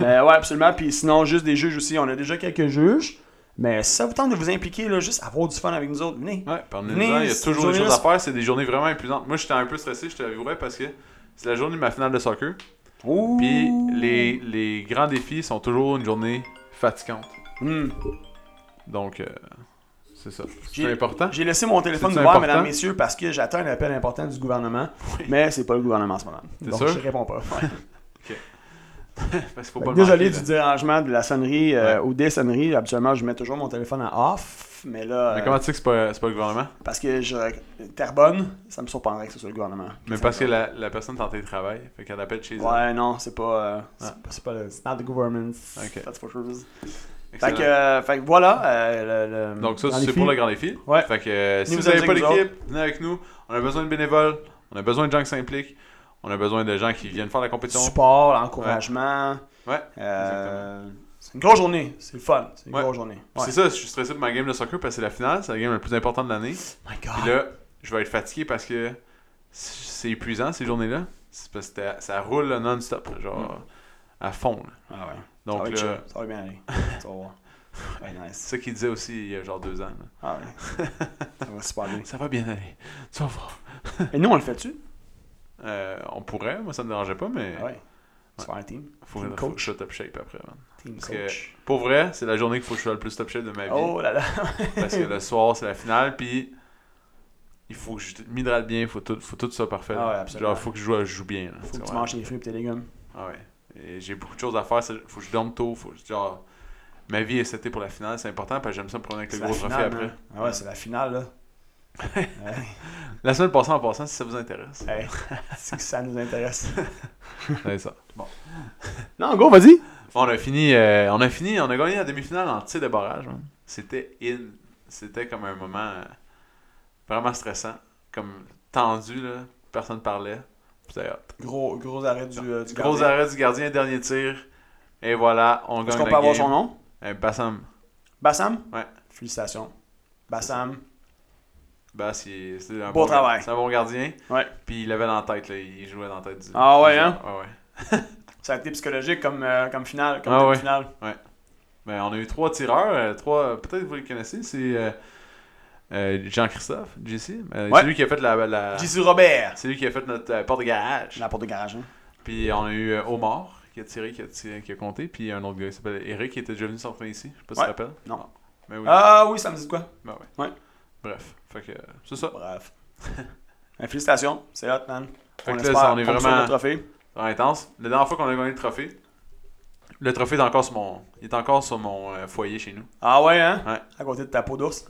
[SPEAKER 2] Euh, ouais, absolument. Puis sinon, juste des juges aussi. On a déjà quelques juges. Mais si ça vous tente de vous impliquer, là, juste avoir du fun avec nous autres, venez.
[SPEAKER 1] Ouais, parmi
[SPEAKER 2] Venez,
[SPEAKER 1] il y a
[SPEAKER 2] c'est
[SPEAKER 1] toujours des
[SPEAKER 2] une
[SPEAKER 1] choses à
[SPEAKER 2] journée-
[SPEAKER 1] faire, c'est des journées vraiment épuisantes. Moi, j'étais un peu stressé, je te l'avouerais, parce que c'est la journée de ma finale de soccer.
[SPEAKER 2] Ouh.
[SPEAKER 1] Puis les, les grands défis sont toujours une journée fatigante.
[SPEAKER 2] Hmm.
[SPEAKER 1] Donc, euh, c'est ça. C'est
[SPEAKER 2] J'ai-
[SPEAKER 1] important.
[SPEAKER 2] J'ai laissé mon téléphone
[SPEAKER 1] C'est-tu
[SPEAKER 2] ouvert,
[SPEAKER 1] important?
[SPEAKER 2] mesdames, messieurs, parce que j'attends un appel important du gouvernement.
[SPEAKER 1] Oui.
[SPEAKER 2] Mais c'est pas le gouvernement en ce moment.
[SPEAKER 1] T'es
[SPEAKER 2] Donc
[SPEAKER 1] sûr?
[SPEAKER 2] je réponds pas.
[SPEAKER 1] Parce qu'il faut pas le
[SPEAKER 2] Désolé
[SPEAKER 1] manquer,
[SPEAKER 2] du
[SPEAKER 1] là.
[SPEAKER 2] dérangement de la sonnerie euh, ou des sonneries. Habituellement, je mets toujours mon téléphone en off. Mais là.
[SPEAKER 1] Mais
[SPEAKER 2] euh,
[SPEAKER 1] comment tu sais que c'est pas, c'est pas le gouvernement?
[SPEAKER 2] Parce que je... Terrebonne, ça me surprendrait que ce soit le gouvernement.
[SPEAKER 1] Mais parce que la, la personne est en télétravail, fait qu'elle appelle chez
[SPEAKER 2] Ouais, non, c'est pas... euh,
[SPEAKER 1] Ah.
[SPEAKER 2] c'est pas- c'est pas... le- It's not the government.
[SPEAKER 1] Ok.
[SPEAKER 2] That's for sure.
[SPEAKER 1] elle.
[SPEAKER 2] Fait que, euh, fait que voilà. euh, le- le-
[SPEAKER 1] Donc ça,
[SPEAKER 2] dans les
[SPEAKER 1] c'est pour
[SPEAKER 2] filles.
[SPEAKER 1] le grand défi.
[SPEAKER 2] Ouais.
[SPEAKER 1] Fait que euh, si
[SPEAKER 2] Venez
[SPEAKER 1] vous
[SPEAKER 2] vous
[SPEAKER 1] n'avez pas
[SPEAKER 2] avec nous
[SPEAKER 1] d'équipe, venez avec nous. On a besoin de bénévoles, on a besoin de gens qui s'impliquent. On a besoin de gens qui viennent faire la compétition.
[SPEAKER 2] Support, encouragement.
[SPEAKER 1] Ouais,
[SPEAKER 2] Euh, c'est une grosse journée. C'est le fun. C'est une
[SPEAKER 1] Ouais.
[SPEAKER 2] grosse journée.
[SPEAKER 1] Puis
[SPEAKER 2] Ouais.
[SPEAKER 1] C'est ça, je suis stressé pour ma game de soccer parce que c'est la finale, c'est la game la plus importante de l'année.
[SPEAKER 2] Oh my
[SPEAKER 1] Puis
[SPEAKER 2] God.
[SPEAKER 1] là, je vais être fatigué parce que c'est c'est épuisant ces journées-là. C'est parce que t'as- ça roule là, non-stop, là, genre à fond. là.
[SPEAKER 2] Mm. Ah ouais. ça,
[SPEAKER 1] Donc
[SPEAKER 2] va
[SPEAKER 1] là,
[SPEAKER 2] être chill. ça va bien aller. Ça va voir. Ouais,
[SPEAKER 1] c'est
[SPEAKER 2] nice.
[SPEAKER 1] ça qu'il disait aussi il y a genre deux ans. là.
[SPEAKER 2] Ah ouais. ça va super bien.
[SPEAKER 1] Ça va bien aller. Tu vas voir.
[SPEAKER 2] Et nous, on le fait-tu? Ah
[SPEAKER 1] Euh, on pourrait, moi ça me dérangeait pas, mais
[SPEAKER 2] Ouais. Tu vas faire un team.
[SPEAKER 1] faut,
[SPEAKER 2] Team
[SPEAKER 1] faut que
[SPEAKER 2] coach.
[SPEAKER 1] je sois top shape après. man.
[SPEAKER 2] Team
[SPEAKER 1] Parce
[SPEAKER 2] coach.
[SPEAKER 1] Pour vrai, c'est la journée qu'il faut que je sois le plus top shape de ma vie.
[SPEAKER 2] Oh là là.
[SPEAKER 1] Parce que le soir, c'est la finale, puis il faut que je m'hydrate bien, il faut tout, faut tout ça parfait.
[SPEAKER 2] Ah ouais,
[SPEAKER 1] là.
[SPEAKER 2] absolument.
[SPEAKER 1] Genre, faut que je joue, je joue bien. là.
[SPEAKER 2] Faut que tu
[SPEAKER 1] Ouais.
[SPEAKER 2] manges tes fruits et tes légumes.
[SPEAKER 1] Ah ouais. Et j'ai beaucoup de choses à faire. c'est- Faut que je dorme tôt. Faut que, je- genre, ma vie est setée pour la finale. C'est important parce que j'aime ça me prendre avec le
[SPEAKER 2] C'est la
[SPEAKER 1] gros trophée
[SPEAKER 2] finale,
[SPEAKER 1] après.
[SPEAKER 2] man. Ah ouais, c'est la finale, là. Ouais.
[SPEAKER 1] La semaine passée en passant, si ça vous intéresse.
[SPEAKER 2] Hey, c'est que ça nous intéresse.
[SPEAKER 1] C'est ça. Bon.
[SPEAKER 2] Non, go, vas-y.
[SPEAKER 1] On a fini, euh, on a fini, on a gagné la demi-finale en tir de barrage. man. C'était in. C'était comme un moment euh, vraiment stressant. Comme tendu, là. Personne parlait. C'était hot.
[SPEAKER 2] Gros, gros arrêt du, euh, du
[SPEAKER 1] Gros
[SPEAKER 2] gardien.
[SPEAKER 1] arrêt du gardien, dernier tir. Et voilà, on gagne
[SPEAKER 2] Est-ce
[SPEAKER 1] la
[SPEAKER 2] qu'on peut avoir
[SPEAKER 1] game.
[SPEAKER 2] son nom?
[SPEAKER 1] Eh, Bassam.
[SPEAKER 2] Bassam?
[SPEAKER 1] Ouais.
[SPEAKER 2] Félicitations. Bassam.
[SPEAKER 1] Bass, il- c'est un
[SPEAKER 2] Beau
[SPEAKER 1] bon
[SPEAKER 2] travail.
[SPEAKER 1] C'est un bon gardien.
[SPEAKER 2] Ouais.
[SPEAKER 1] Puis il l'avait dans la tête, là. il jouait dans la tête du.
[SPEAKER 2] Ah ouais,
[SPEAKER 1] du-
[SPEAKER 2] hein?
[SPEAKER 1] Ouais, ouais.
[SPEAKER 2] Ça a été psychologique comme, euh, comme finale. Comme
[SPEAKER 1] Ah
[SPEAKER 2] demi
[SPEAKER 1] ouais.
[SPEAKER 2] finale.
[SPEAKER 1] Ben, on a eu trois tireurs, euh, trois. Peut-être que vous les connaissez, c'est euh, euh, Jean-Christophe, JC. Euh,
[SPEAKER 2] Ouais.
[SPEAKER 1] C'est lui qui a fait la. la-
[SPEAKER 2] J.C. Robert.
[SPEAKER 1] C'est lui qui a fait notre euh, porte de garage.
[SPEAKER 2] La porte de garage. Hein.
[SPEAKER 1] Puis on a eu euh, Omar qui a tiré, qui a, tiré- qui a compté. Puis un autre gars qui s'appelle Eric qui était déjà venu s'entraîner ici. Je sais pas si
[SPEAKER 2] Ouais.
[SPEAKER 1] tu te rappelles.
[SPEAKER 2] Non.
[SPEAKER 1] Mais oui.
[SPEAKER 2] Ah oui, ça me dit de quoi?
[SPEAKER 1] Ben ouais.
[SPEAKER 2] Ouais.
[SPEAKER 1] Bref. Fait que euh, c'est ça.
[SPEAKER 2] Bref. Ben, félicitations. C'est hot, man.
[SPEAKER 1] Fait que là, ça, on est
[SPEAKER 2] tomber sur
[SPEAKER 1] vraiment-
[SPEAKER 2] le trophée.
[SPEAKER 1] C'est intense. La dernière fois qu'on a gagné le trophée, le trophée est encore sur mon, il est encore sur mon euh, foyer chez nous.
[SPEAKER 2] Ah ouais, hein?
[SPEAKER 1] Ouais.
[SPEAKER 2] À côté de ta peau d'ours.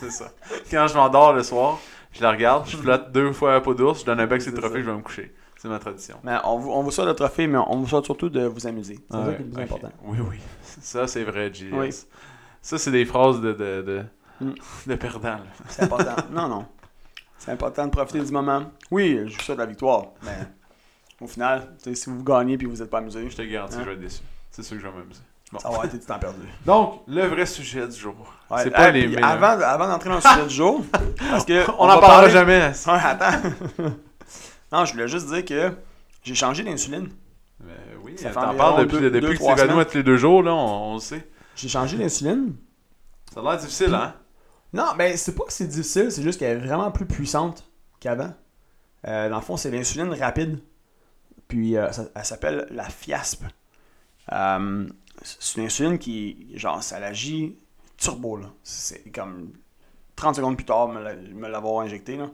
[SPEAKER 1] C'est ça. Quand je m'endors le soir, je la regarde, je flotte deux fois à peau d'ours, je donne un bec sur le
[SPEAKER 2] C'est
[SPEAKER 1] trophée,
[SPEAKER 2] ça.
[SPEAKER 1] je vais me coucher. C'est ma tradition.
[SPEAKER 2] Mais on vous, on vous souhaite le trophée, mais on vous souhaite surtout de vous amuser. C'est ça
[SPEAKER 1] Ah Ouais,
[SPEAKER 2] qui est le plus
[SPEAKER 1] ok.
[SPEAKER 2] important.
[SPEAKER 1] Oui, oui. Ça, c'est vrai, JS.
[SPEAKER 2] Oui.
[SPEAKER 1] Ça, c'est des phrases de, de, de,
[SPEAKER 2] Mm.
[SPEAKER 1] de perdant. là.
[SPEAKER 2] C'est important. non, non. C'est important de profiter du moment. Oui, je vous souhaite la victoire, mais au final, tu sais, si vous gagnez puis vous n'êtes pas amusé,
[SPEAKER 1] Je te garantis,
[SPEAKER 2] Hein?
[SPEAKER 1] je vais être déçu. C'est sûr que je vais m'amuser. Bon.
[SPEAKER 2] ça va être du temps perdu.
[SPEAKER 1] Donc, le vrai sujet du jour.
[SPEAKER 2] Ouais,
[SPEAKER 1] c'est pas
[SPEAKER 2] hey,
[SPEAKER 1] les
[SPEAKER 2] puis
[SPEAKER 1] meilleurs.
[SPEAKER 2] avant, avant d'entrer dans le sujet du jour, parce que
[SPEAKER 1] On n'en
[SPEAKER 2] Euh, va
[SPEAKER 1] parlera
[SPEAKER 2] parler-
[SPEAKER 1] jamais. ça.
[SPEAKER 2] Ouais, attends. non, je voulais juste dire que j'ai changé d'insuline.
[SPEAKER 1] Mais oui,
[SPEAKER 2] Ça fait
[SPEAKER 1] t'en
[SPEAKER 2] environ
[SPEAKER 1] parles depuis,
[SPEAKER 2] deux-
[SPEAKER 1] depuis
[SPEAKER 2] deux,
[SPEAKER 1] que tu
[SPEAKER 2] trois
[SPEAKER 1] t'évanouis
[SPEAKER 2] semaines.
[SPEAKER 1] à tous les deux jours, là, on, on le sait.
[SPEAKER 2] J'ai changé d'insuline.
[SPEAKER 1] Ça a l'air difficile, hein?
[SPEAKER 2] Non, ben c'est pas que c'est difficile, c'est juste qu'elle est vraiment plus puissante qu'avant. Euh, dans le fond, c'est l'insuline rapide. Puis euh, ça- elle s'appelle la FIASP. Euh, c'est une insuline qui, genre, ça l'agit turbo, là. C'est comme 30 secondes plus tard, me la- me l'avoir injecté, là.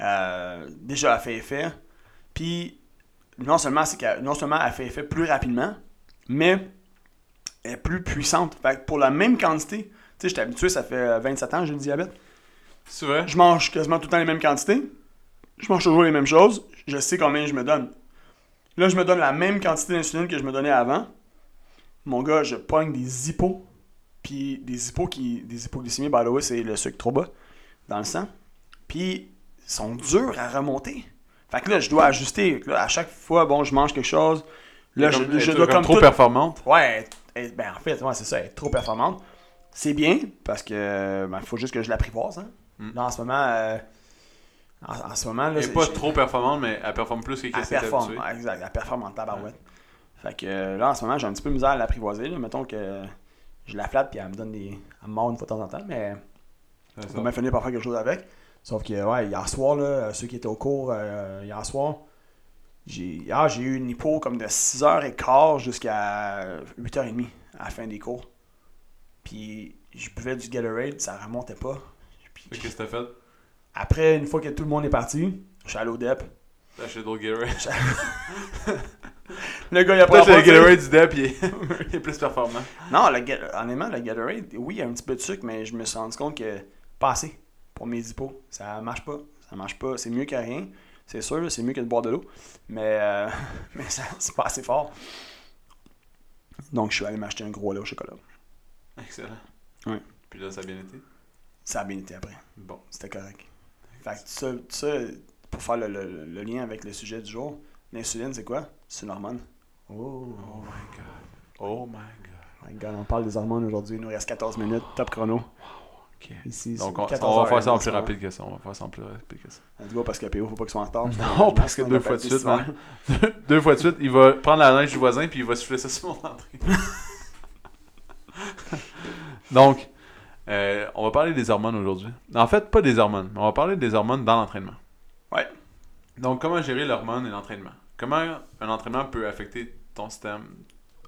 [SPEAKER 2] Euh, déjà, elle fait effet. Puis, non seulement, c'est qu'elle- non seulement elle fait effet plus rapidement, mais elle est plus puissante. Fait que pour la même quantité, tu sais, j'étais habitué, ça fait euh, 27 ans que j'ai le diabète.
[SPEAKER 1] C'est vrai?
[SPEAKER 2] Je mange quasiment tout le temps les mêmes quantités. Je mange toujours les mêmes choses. Je sais combien je me donne. Là, je me donne la même quantité d'insuline que je me donnais avant. Mon gars, je pogne des hippos. Puis des hippos qui. Des hypoglycémies, by the way, c'est le sucre trop bas dans le sang. Puis ils sont durs à remonter. Fait que là, je dois ajuster. Là, à chaque fois, bon, je mange quelque chose. Là, je,
[SPEAKER 1] Comme-
[SPEAKER 2] je
[SPEAKER 1] elle-
[SPEAKER 2] dois
[SPEAKER 1] comme
[SPEAKER 2] comme
[SPEAKER 1] trop
[SPEAKER 2] tout
[SPEAKER 1] performante.
[SPEAKER 2] Ouais, elle- elle- ben en fait, ouais, c'est ça, elle est trop performante. C'est bien, parce que ben, faut juste que je l'apprivoise. Hein.
[SPEAKER 1] Mm.
[SPEAKER 2] Là, en ce moment, euh, en, en ce moment, là,
[SPEAKER 1] Elle
[SPEAKER 2] c'est-
[SPEAKER 1] n'est pas
[SPEAKER 2] j'ai-
[SPEAKER 1] trop performante, mais elle performe plus que
[SPEAKER 2] elle
[SPEAKER 1] qu'est-ce que t'es
[SPEAKER 2] performe,
[SPEAKER 1] habitué.
[SPEAKER 2] ouais, exact, elle performe en tabarouette. Fait que euh, là, en ce moment, j'ai un petit peu de misère à l'apprivoiser. là. Mettons que je la flatte, puis elle me donne des... Elle me mord une fois de temps en temps, mais...
[SPEAKER 1] C'est
[SPEAKER 2] On
[SPEAKER 1] ça.
[SPEAKER 2] m'a fini par faire quelque chose avec. Sauf que, ouais, hier soir, là, euh, ceux qui étaient au cours, euh, hier soir, j'ai hier, j'ai eu une hypo comme de 6h15 jusqu'à 8h30 à la fin des cours. Puis je buvais du Gatorade, ça remontait pas. Puis,
[SPEAKER 1] Fait que Qu'est-ce que t'as fait?
[SPEAKER 2] après, une fois que tout le monde est parti, je suis allé au E DEP.
[SPEAKER 1] T'as acheté d'autres Gatorade.
[SPEAKER 2] Le gars, il a pas
[SPEAKER 1] Peut-être le
[SPEAKER 2] apporté-
[SPEAKER 1] Gatorade du DEP, il est, il est plus performant.
[SPEAKER 2] Non, le, Ga- honnêtement, le Gatorade, oui, il y a un petit peu de sucre, mais je me suis rendu compte que pas assez pour mes hippos. Ça marche pas. Ça marche pas. C'est mieux que rien. C'est sûr, c'est mieux que de boire de l'eau. Mais, euh, mais ça, c'est pas assez fort. Donc, je suis allé m'acheter un gros lait au chocolat.
[SPEAKER 1] Excellent.
[SPEAKER 2] Ouais.
[SPEAKER 1] Puis là, ça a bien été.
[SPEAKER 2] Ça a bien été après.
[SPEAKER 1] Bon.
[SPEAKER 2] C'était correct. Fait que ça, ça, pour faire le, le- le lien avec le sujet du jour, l'insuline, c'est quoi? C'est une hormone. Oh.
[SPEAKER 1] Oh my god. Oh my god.
[SPEAKER 2] my God, on parle des hormones aujourd'hui. Il nous reste 14 minutes, top chrono.
[SPEAKER 1] Ok.
[SPEAKER 2] Ici,
[SPEAKER 1] Donc,
[SPEAKER 2] c'est
[SPEAKER 1] on,
[SPEAKER 2] 14
[SPEAKER 1] on va
[SPEAKER 2] heures,
[SPEAKER 1] faire ça en plus
[SPEAKER 2] ce moment.
[SPEAKER 1] rapide que ça. On va faire ça en plus rapide que ça.
[SPEAKER 2] Let's go, parce que PO, faut pas qu'il soit en retard.
[SPEAKER 1] Non, parce que
[SPEAKER 2] Sinon,
[SPEAKER 1] deux
[SPEAKER 2] on va
[SPEAKER 1] fois de suite,
[SPEAKER 2] perdre
[SPEAKER 1] Deux fois de suite, il va prendre la neige du voisin puis il va souffler ça sur mon entrée. Donc, euh, on va parler des hormones aujourd'hui. En fait, pas des hormones, mais on va parler des hormones dans l'entraînement.
[SPEAKER 2] Ouais.
[SPEAKER 1] Donc, comment gérer l'hormone et l'entraînement Comment un entraînement peut affecter ton système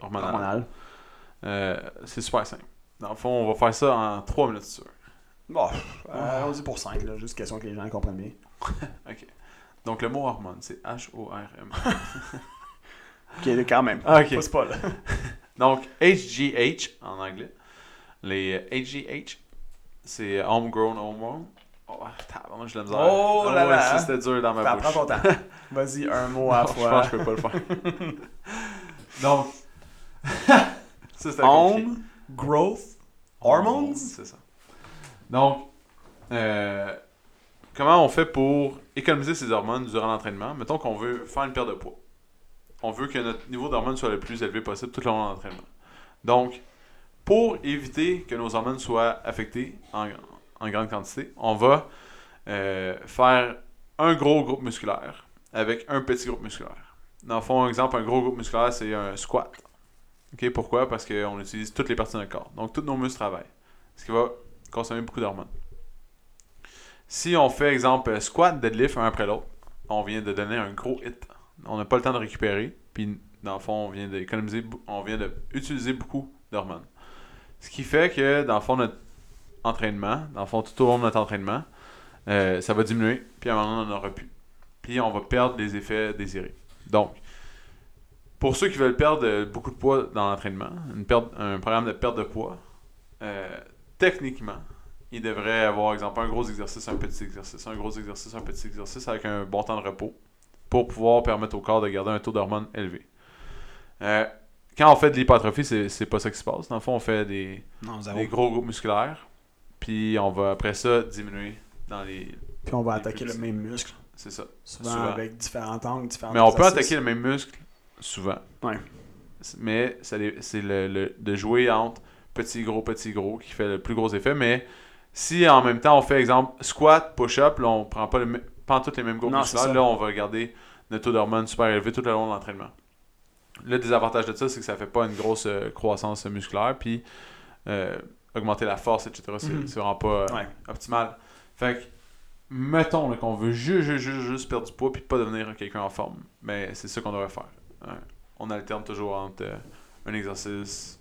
[SPEAKER 1] hormonal,
[SPEAKER 2] Hormonal.
[SPEAKER 1] Euh, C'est super simple. Dans le fond, on va faire ça en 3 minutes, si tu veux.
[SPEAKER 2] Bon,
[SPEAKER 1] Ah.
[SPEAKER 2] euh, allons-y pour 5, là, juste question que les gens comprennent bien.
[SPEAKER 1] Ok. Donc, le mot hormone, c'est H-O-R-M.
[SPEAKER 2] Ok, quand même.
[SPEAKER 1] Ah, ok.
[SPEAKER 2] Pousse pas, là.
[SPEAKER 1] Donc, HGH en anglais. Les euh, HGH, c'est euh, Homegrown Hormone. Oh, tabarnak, j'ai de la misère.
[SPEAKER 2] Oh là
[SPEAKER 1] ouais,
[SPEAKER 2] là,
[SPEAKER 1] ça,
[SPEAKER 2] hein.
[SPEAKER 1] C'était dur dans ma
[SPEAKER 2] Fais-
[SPEAKER 1] bouche.
[SPEAKER 2] Prends ton temps. Vas-y, un mot à
[SPEAKER 1] Non,
[SPEAKER 2] la
[SPEAKER 1] Je pense
[SPEAKER 2] fois.
[SPEAKER 1] que je peux pas le faire. Donc, ça c'était compliqué.
[SPEAKER 2] Home, growth, hormones.
[SPEAKER 1] C'est ça. Donc, euh, comment on fait pour économiser ces hormones durant l'entraînement? Mettons qu'on veut faire une perte de poids. On veut que notre niveau d'hormones soit le plus élevé possible tout le long de l'entraînement. Donc, pour éviter que nos hormones soient affectées en, en grande quantité, on va euh, faire un gros groupe musculaire avec un petit groupe musculaire. Dans le fond, un exemple, un gros groupe musculaire, c'est un squat. OK, pourquoi? Parce qu'on utilise toutes les parties de notre corps. Donc, tous nos muscles travaillent. Ce qui va consommer beaucoup d'hormones. Si on fait, exemple, euh, squat, deadlift, un après l'autre, on vient de donner un gros hit. On n'a pas le temps de récupérer. Puis, dans le fond, on vient d'économiser, bou- on vient d'utiliser beaucoup d'hormones. Ce qui fait que, dans le fond, notre entraînement, dans le fond, tout au long de notre entraînement, euh, ça va diminuer. Puis, à un moment donné, on n'en aura plus. Puis, on va perdre les effets désirés. Donc, pour ceux qui veulent perdre euh, beaucoup de poids dans l'entraînement, une perte- un programme de perte de poids, euh, techniquement, il devrait avoir, exemple, un gros exercice, un petit exercice, un gros exercice, un petit exercice avec un bon temps de repos pour pouvoir permettre au corps de garder un taux d'hormones élevé. Euh, quand on fait de l'hypertrophie, c'est c'est pas ça qui se passe. Dans le fond, on fait des,
[SPEAKER 2] Non,
[SPEAKER 1] des gros groupes musculaires, puis on va après ça diminuer dans les.
[SPEAKER 2] Puis on va
[SPEAKER 1] des
[SPEAKER 2] attaquer le
[SPEAKER 1] petits.
[SPEAKER 2] même muscle,
[SPEAKER 1] C'est ça.
[SPEAKER 2] souvent,
[SPEAKER 1] Souvent.
[SPEAKER 2] avec différents angles, différents
[SPEAKER 1] Mais on peut
[SPEAKER 2] exercices.
[SPEAKER 1] attaquer le même muscle souvent.
[SPEAKER 2] Ouais.
[SPEAKER 1] C- Mais ça dé- c'est le, le- de jouer entre petit, gros, petit, gros qui fait le plus gros effet. Mais si en même temps on fait exemple squat, push-up, là on prend pas, le, mê- pas toutes les mêmes groupes
[SPEAKER 2] Non, c'est
[SPEAKER 1] musculaires,
[SPEAKER 2] ça.
[SPEAKER 1] là on va garder notre taux d'hormones super élevé tout le long de l'entraînement. Le désavantage de ça, c'est que ça fait pas une grosse euh, croissance euh, musculaire. Puis euh, augmenter la force, etc., c'est
[SPEAKER 2] Mhm.
[SPEAKER 1] c'est vraiment pas euh,
[SPEAKER 2] Ouais.
[SPEAKER 1] optimal. Fait que, mettons là, qu'on veut juste, juste, juste, juste perdre du poids puis pas devenir quelqu'un en forme. Mais c'est ça qu'on devrait faire. Hein. On alterne toujours entre euh, un exercice,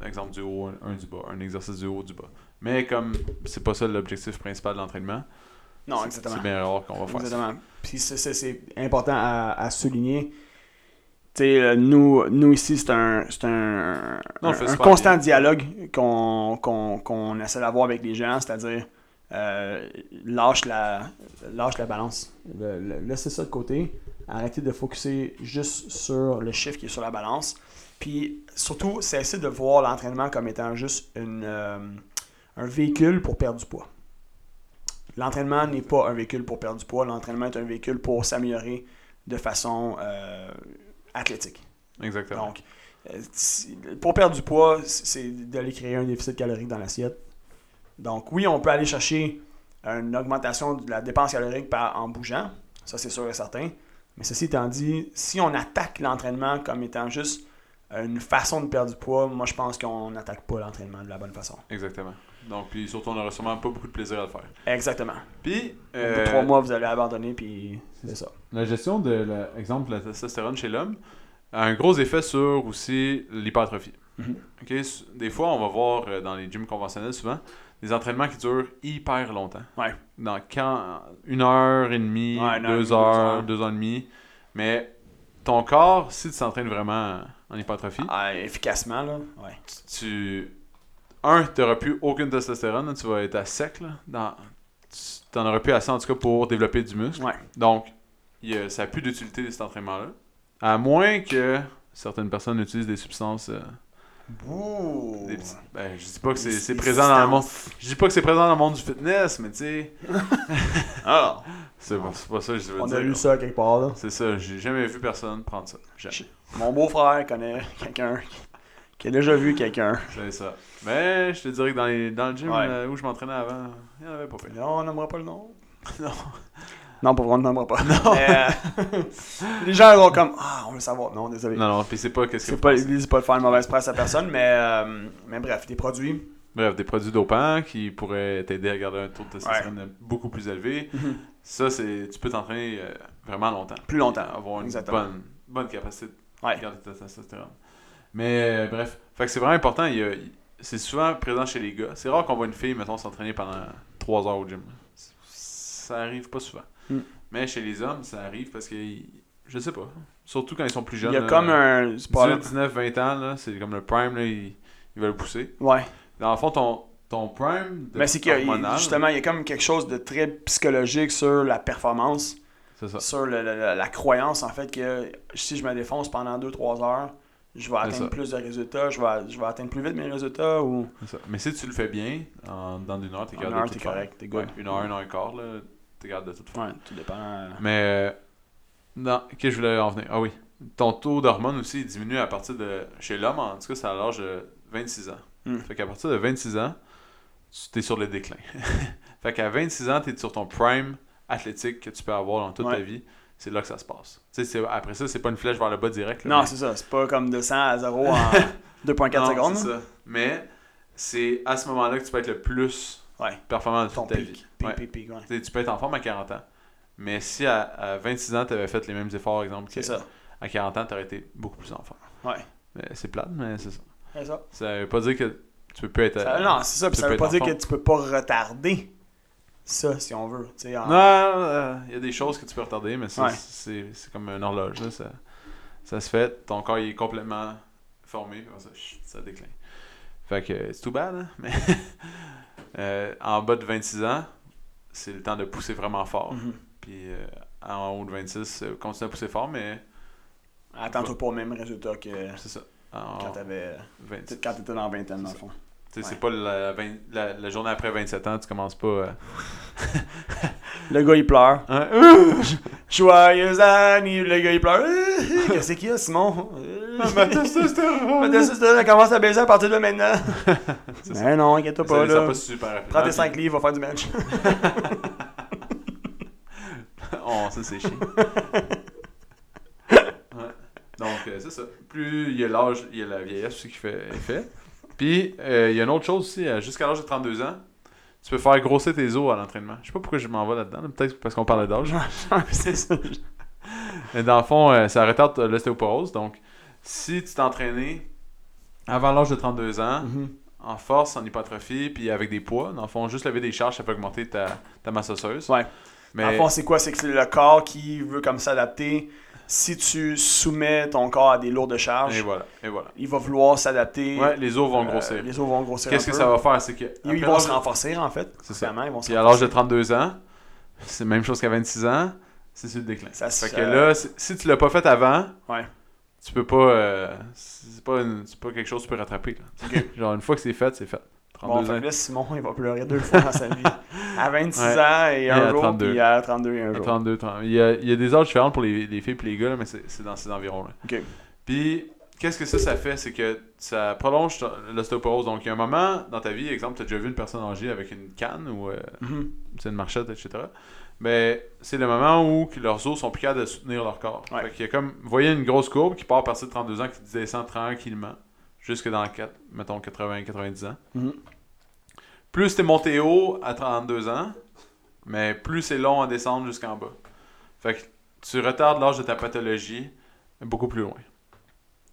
[SPEAKER 1] un exemple du haut, un, un du bas, un exercice du haut, du bas. Mais comme c'est pas ça l'objectif principal de l'entraînement,
[SPEAKER 2] Non,
[SPEAKER 1] c'est-
[SPEAKER 2] exactement.
[SPEAKER 1] c'est bien rare qu'on va faire ça.
[SPEAKER 2] Exactement. Puis ça, ça, c'est important à, à souligner. Tu sais, euh, nous, nous ici, c'est un, c'est un,
[SPEAKER 1] Non, on
[SPEAKER 2] un-
[SPEAKER 1] fait
[SPEAKER 2] un
[SPEAKER 1] super
[SPEAKER 2] constant dialogue qu'on qu'on- qu'on essaie d'avoir avec les gens, c'est-à-dire euh, lâche, la, lâche la balance. Le- le- laissez ça de côté. Arrêtez de focuser juste sur le chiffre qui est sur la balance. Puis surtout, cessez de voir l'entraînement comme étant juste une, euh, un véhicule pour perdre du poids. L'entraînement n'est pas un véhicule pour perdre du poids. L'entraînement est un véhicule pour s'améliorer de façon euh, athlétique.
[SPEAKER 1] Exactement.
[SPEAKER 2] Donc, euh, si- pour perdre du poids, c- c'est d'aller créer un déficit calorique dans l'assiette. Donc, oui, on peut aller chercher une augmentation de la dépense calorique par, en bougeant. Ça, c'est sûr et certain. Mais ceci étant dit, si on attaque l'entraînement comme étant juste une façon de perdre du poids, moi, je pense qu'on n'attaque pas l'entraînement de la bonne façon.
[SPEAKER 1] Exactement. Donc, puis surtout, on aura sûrement pas beaucoup de plaisir à le faire.
[SPEAKER 2] Exactement.
[SPEAKER 1] Puis,
[SPEAKER 2] Au bout
[SPEAKER 1] euh,
[SPEAKER 2] de trois mois, vous allez abandonner, puis c'est ça.
[SPEAKER 1] La gestion de, la- exemple, la testostérone chez l'homme a un gros effet sur aussi l'hypertrophie.
[SPEAKER 2] Mhm.
[SPEAKER 1] Ok, s- Des fois, on va voir euh, dans les gyms conventionnels souvent des entraînements qui durent hyper longtemps.
[SPEAKER 2] Ouais.
[SPEAKER 1] Dans quand, une heure et demie,
[SPEAKER 2] Ouais, une heure et demie,
[SPEAKER 1] deux
[SPEAKER 2] deux
[SPEAKER 1] heures,
[SPEAKER 2] heures.
[SPEAKER 1] deux heures et demie. Mais ton corps, si tu t'entraînes vraiment en hypertrophie,
[SPEAKER 2] Ah, efficacement, là. Ouais.
[SPEAKER 1] tu. Un, tu n'auras plus aucune testostérone, là, tu vas être à sec. Là, dans, tu n'en auras plus assez en tout cas pour développer du muscle.
[SPEAKER 2] Ouais.
[SPEAKER 1] Donc, il y a- ça n'a plus d'utilité cet entraînement-là. À moins que certaines personnes utilisent des substances euh,
[SPEAKER 2] Ouh.
[SPEAKER 1] Des petits- ben, je dis pas que c'est-
[SPEAKER 2] Des-
[SPEAKER 1] c'est
[SPEAKER 2] des
[SPEAKER 1] présent dans le monde.
[SPEAKER 2] substances.
[SPEAKER 1] Je dis pas que c'est présent dans le monde du fitness, mais tu sais,
[SPEAKER 2] Alors,
[SPEAKER 1] c'est pas, c'est pas ça que je veux
[SPEAKER 3] On
[SPEAKER 1] dire.
[SPEAKER 3] a lu ça quelque part, là.
[SPEAKER 1] C'est ça, j'ai jamais vu personne prendre ça. Jamais.
[SPEAKER 2] mon beau-frère connaît quelqu'un qui a déjà vu quelqu'un.
[SPEAKER 1] C'est ça. Mais je te dirais que dans, les, dans le gym
[SPEAKER 2] Ouais.
[SPEAKER 1] euh, où je m'entraînais avant, il n'y en avait pas fait.
[SPEAKER 2] Non, on n'aimera pas le nom.
[SPEAKER 1] Non.
[SPEAKER 2] Non, pour vrai, on n'aimera pas. Non. les gens vont comme Ah, on veut savoir. Non, désolé.
[SPEAKER 1] Non, non, puis c'est pas qu'est-ce que
[SPEAKER 2] C'est
[SPEAKER 1] vous
[SPEAKER 2] pas,
[SPEAKER 1] pensez.
[SPEAKER 2] l'idée, c'est pas de faire une mauvaise presse à personne, mais, euh, mais bref, des produits.
[SPEAKER 1] Bref, des produits dopants qui pourraient t'aider à garder un taux de testostérone beaucoup plus élevé. Ça, c'est tu peux t'entraîner euh, vraiment longtemps.
[SPEAKER 2] Mhm. Plus longtemps,
[SPEAKER 1] Avoir une
[SPEAKER 2] exactement.
[SPEAKER 1] bonne, bonne capacité
[SPEAKER 2] Ouais.
[SPEAKER 1] de garder ta testostérone. Mais euh, bref, fait que c'est vraiment important. il y a- il- c'est souvent présent chez les gars. C'est rare qu'on voit une fille, mettons, s'entraîner pendant 3 heures au gym. C- Ça arrive pas souvent.
[SPEAKER 2] Mm.
[SPEAKER 1] Mais chez les hommes, ça arrive parce que, ils- je sais pas, surtout quand ils sont plus
[SPEAKER 2] Il
[SPEAKER 1] jeunes. euh,
[SPEAKER 2] y a
[SPEAKER 1] là,
[SPEAKER 2] comme un. c'est pas-
[SPEAKER 1] 18, 19, 20 ans, là, c'est comme le prime, là, ils, ils veulent pousser.
[SPEAKER 2] Ouais.
[SPEAKER 1] Dans le fond, ton, ton prime de
[SPEAKER 2] Mais c'est qu'il y a-
[SPEAKER 1] hormonal,
[SPEAKER 2] justement, il y a comme quelque chose de très psychologique sur la performance,
[SPEAKER 1] c'est ça.
[SPEAKER 2] sur le- le- le- la croyance en fait que si je me défonce pendant 2-3 heures, je vais atteindre
[SPEAKER 1] ça.
[SPEAKER 2] plus de résultats, je vais, je vais atteindre plus vite mes résultats ou.
[SPEAKER 1] c'est ça. Mais si tu le fais bien, en, dans une heure, t'es
[SPEAKER 2] En
[SPEAKER 1] capable
[SPEAKER 2] une heure,
[SPEAKER 1] de tout
[SPEAKER 2] t'es
[SPEAKER 1] faire.
[SPEAKER 2] correct, t'es good.
[SPEAKER 1] Ouais, une heure, une heure et quart, là, t'es capable de tout faire.
[SPEAKER 2] Ouais, tout dépend. euh,
[SPEAKER 1] Mais, euh, non, qu'est-ce que je voulais en venir? Ah oui, ton taux d'hormones aussi il diminue à partir de, chez l'homme, en tout cas, c'est à l'âge de 26 ans.
[SPEAKER 2] Mm.
[SPEAKER 1] Fait qu'à partir de 26 ans, tu t'es sur le déclin. fait qu'à 26 ans, t'es sur ton prime athlétique que tu peux avoir dans toute
[SPEAKER 2] Ouais.
[SPEAKER 1] ta vie. C'est là que ça se passe. Tu sais, c'est- après ça, c'est pas une flèche vers le bas direct. là,
[SPEAKER 2] Non,
[SPEAKER 1] mais-
[SPEAKER 2] c'est ça. C'est pas comme de 100 à 0 en 2.4
[SPEAKER 1] Non,
[SPEAKER 2] secondes.
[SPEAKER 1] c'est ça. Mais c'est à ce moment-là que tu peux être le plus
[SPEAKER 2] Ouais.
[SPEAKER 1] performant de
[SPEAKER 2] Ton
[SPEAKER 1] toute ta vie.
[SPEAKER 2] pic. Pic,
[SPEAKER 1] Ouais.
[SPEAKER 2] pic, pic, ouais.
[SPEAKER 1] Tu sais, tu peux être en forme à 40 ans. Mais si à, à 26 ans, tu avais fait les mêmes efforts, exemple, que
[SPEAKER 2] C'est ça.
[SPEAKER 1] à 40 ans, tu aurais été beaucoup plus en forme.
[SPEAKER 2] Ouais.
[SPEAKER 1] Mais C'est plate, mais c'est ça.
[SPEAKER 2] C'est ça.
[SPEAKER 1] Ça veut pas dire que tu peux plus être.
[SPEAKER 2] Ça-
[SPEAKER 1] euh,
[SPEAKER 2] non, c'est Ben, ça. Puis
[SPEAKER 1] tu
[SPEAKER 2] ça
[SPEAKER 1] peux
[SPEAKER 2] veut pas
[SPEAKER 1] être
[SPEAKER 2] dire
[SPEAKER 1] en
[SPEAKER 2] que
[SPEAKER 1] forme.
[SPEAKER 2] tu peux pas retarder ça, si on veut. Tu sais, en-
[SPEAKER 1] Non, euh, il y a des choses que tu peux retarder, mais ça,
[SPEAKER 2] Ouais.
[SPEAKER 1] c'est c'est comme une horloge. là, ça, ça se fait, ton corps il est complètement formé, puis après ça, chut, ça décline. Fait que c'est tout bad, hein, mais euh, en bas de 26 ans, c'est le temps de pousser vraiment fort.
[SPEAKER 2] Mhm.
[SPEAKER 1] Puis euh, en haut de 26, euh, continue à pousser fort, mais
[SPEAKER 2] Attends-toi pas au même résultat que
[SPEAKER 1] c'est ça. En
[SPEAKER 2] quand t'avais.
[SPEAKER 1] 26.
[SPEAKER 2] Peut-être quand t'étais dans la vingtaine, dans le
[SPEAKER 1] C'est
[SPEAKER 2] fond.
[SPEAKER 1] Tu sais,
[SPEAKER 2] ouais.
[SPEAKER 1] C'est pas la, vingt- la- la journée après 27 ans, tu commences pas. euh,
[SPEAKER 2] Le gars, il pleure.
[SPEAKER 1] hein,
[SPEAKER 2] Joyeux anniversaire. Le gars, il pleure. Euh, Qu'est-ce qu'il y a, Simon? Euh,
[SPEAKER 1] Ma testostérone!
[SPEAKER 2] Ma testostérone elle commence à baisser à partir de maintenant.
[SPEAKER 1] C'est ça.
[SPEAKER 2] Mais non, inquiète-toi
[SPEAKER 1] Ça
[SPEAKER 2] pas, Ah,
[SPEAKER 1] descend
[SPEAKER 2] là.
[SPEAKER 1] pas super rapidement,
[SPEAKER 2] Prends tes
[SPEAKER 1] puis-
[SPEAKER 2] 5 livres, va faire du match.
[SPEAKER 1] Oh, ça c'est chiant. Ouais. Donc, euh, c'est ça. Plus il y a l'âge, il y a la vieillesse aussi qui fait effet. Puis, euh, il y a une autre chose aussi, euh, jusqu'à l'âge de 32 ans, tu peux faire grossir tes os à l'entraînement. Je sais pas pourquoi je m'en vais là-dedans, là. peut-être parce qu'on parlait d'âge.
[SPEAKER 2] C'est ça.
[SPEAKER 1] Mais dans le fond, euh, ça retarde euh, l'ostéoporose. Donc, si tu t'entraînais avant l'âge de 32 ans,
[SPEAKER 2] Mhm.
[SPEAKER 1] en force, en hypertrophie, puis avec des poids, dans le fond, juste lever des charges, ça peut augmenter ta, ta masse osseuse.
[SPEAKER 2] Ouais.
[SPEAKER 1] Mais,
[SPEAKER 2] En fond, c'est quoi? C'est que c'est le corps qui veut comme s'adapter. Si tu soumets ton corps à des lourdes charges,
[SPEAKER 1] et voilà, et voilà.
[SPEAKER 2] il va vouloir s'adapter.
[SPEAKER 1] Ouais, les os vont
[SPEAKER 2] Euh,
[SPEAKER 1] grossir.
[SPEAKER 2] les os vont grossir.
[SPEAKER 1] Qu'est-ce
[SPEAKER 2] un
[SPEAKER 1] que
[SPEAKER 2] peu.
[SPEAKER 1] ça va faire? C'est que.
[SPEAKER 2] Ils, ils
[SPEAKER 1] après
[SPEAKER 2] vont
[SPEAKER 1] l'âge-
[SPEAKER 2] se renforcer, en fait.
[SPEAKER 1] C'est ça.
[SPEAKER 2] Vraiment, ils vont se
[SPEAKER 1] Puis à l'âge de
[SPEAKER 2] renforcer.
[SPEAKER 1] 32 ans, c'est la même chose qu'à 26 ans, c'est sur le déclin.
[SPEAKER 2] Ça se-
[SPEAKER 1] fait que là, si si tu l'as pas fait avant,
[SPEAKER 2] Ouais.
[SPEAKER 1] tu peux pas. euh, c'est pas, une- c'est pas quelque chose que tu peux rattraper. là. Genre, une fois que c'est fait, c'est fait.
[SPEAKER 2] Bon,
[SPEAKER 1] 32
[SPEAKER 2] fait
[SPEAKER 1] ans.
[SPEAKER 2] que là, Simon, il va pleurer deux fois dans sa vie. À 26
[SPEAKER 1] Ouais.
[SPEAKER 2] ans et un
[SPEAKER 1] à
[SPEAKER 2] jour,
[SPEAKER 1] 32.
[SPEAKER 2] puis à 32 et un
[SPEAKER 1] À
[SPEAKER 2] jour.
[SPEAKER 1] 32, 30. Il y, a, il y a des âges différents pour les, les filles et les gars, là, mais c'est c'est dans ces environs-là.
[SPEAKER 2] Ok.
[SPEAKER 1] Puis, qu'est-ce que ça, ça fait? C'est que ça prolonge ton- l'ostéoporose. Donc, il y a un moment dans ta vie, exemple, tu as déjà vu une personne âgée avec une canne ou euh,
[SPEAKER 2] Mhm.
[SPEAKER 1] c'est une marchette, etc. Mais c'est le moment où que leurs os sont plus capables de soutenir leur corps.
[SPEAKER 2] Ouais.
[SPEAKER 1] Fait qu'il y a comme, vous voyez une grosse courbe qui part à partir de 32 ans, qui descend tranquillement, jusque dans, quatre- mettons, 80-90 ans.
[SPEAKER 2] Mhm.
[SPEAKER 1] Plus t'es monté haut à 32 ans, mais plus c'est long à descendre jusqu'en bas. Fait que tu retardes l'âge de ta pathologie beaucoup plus loin.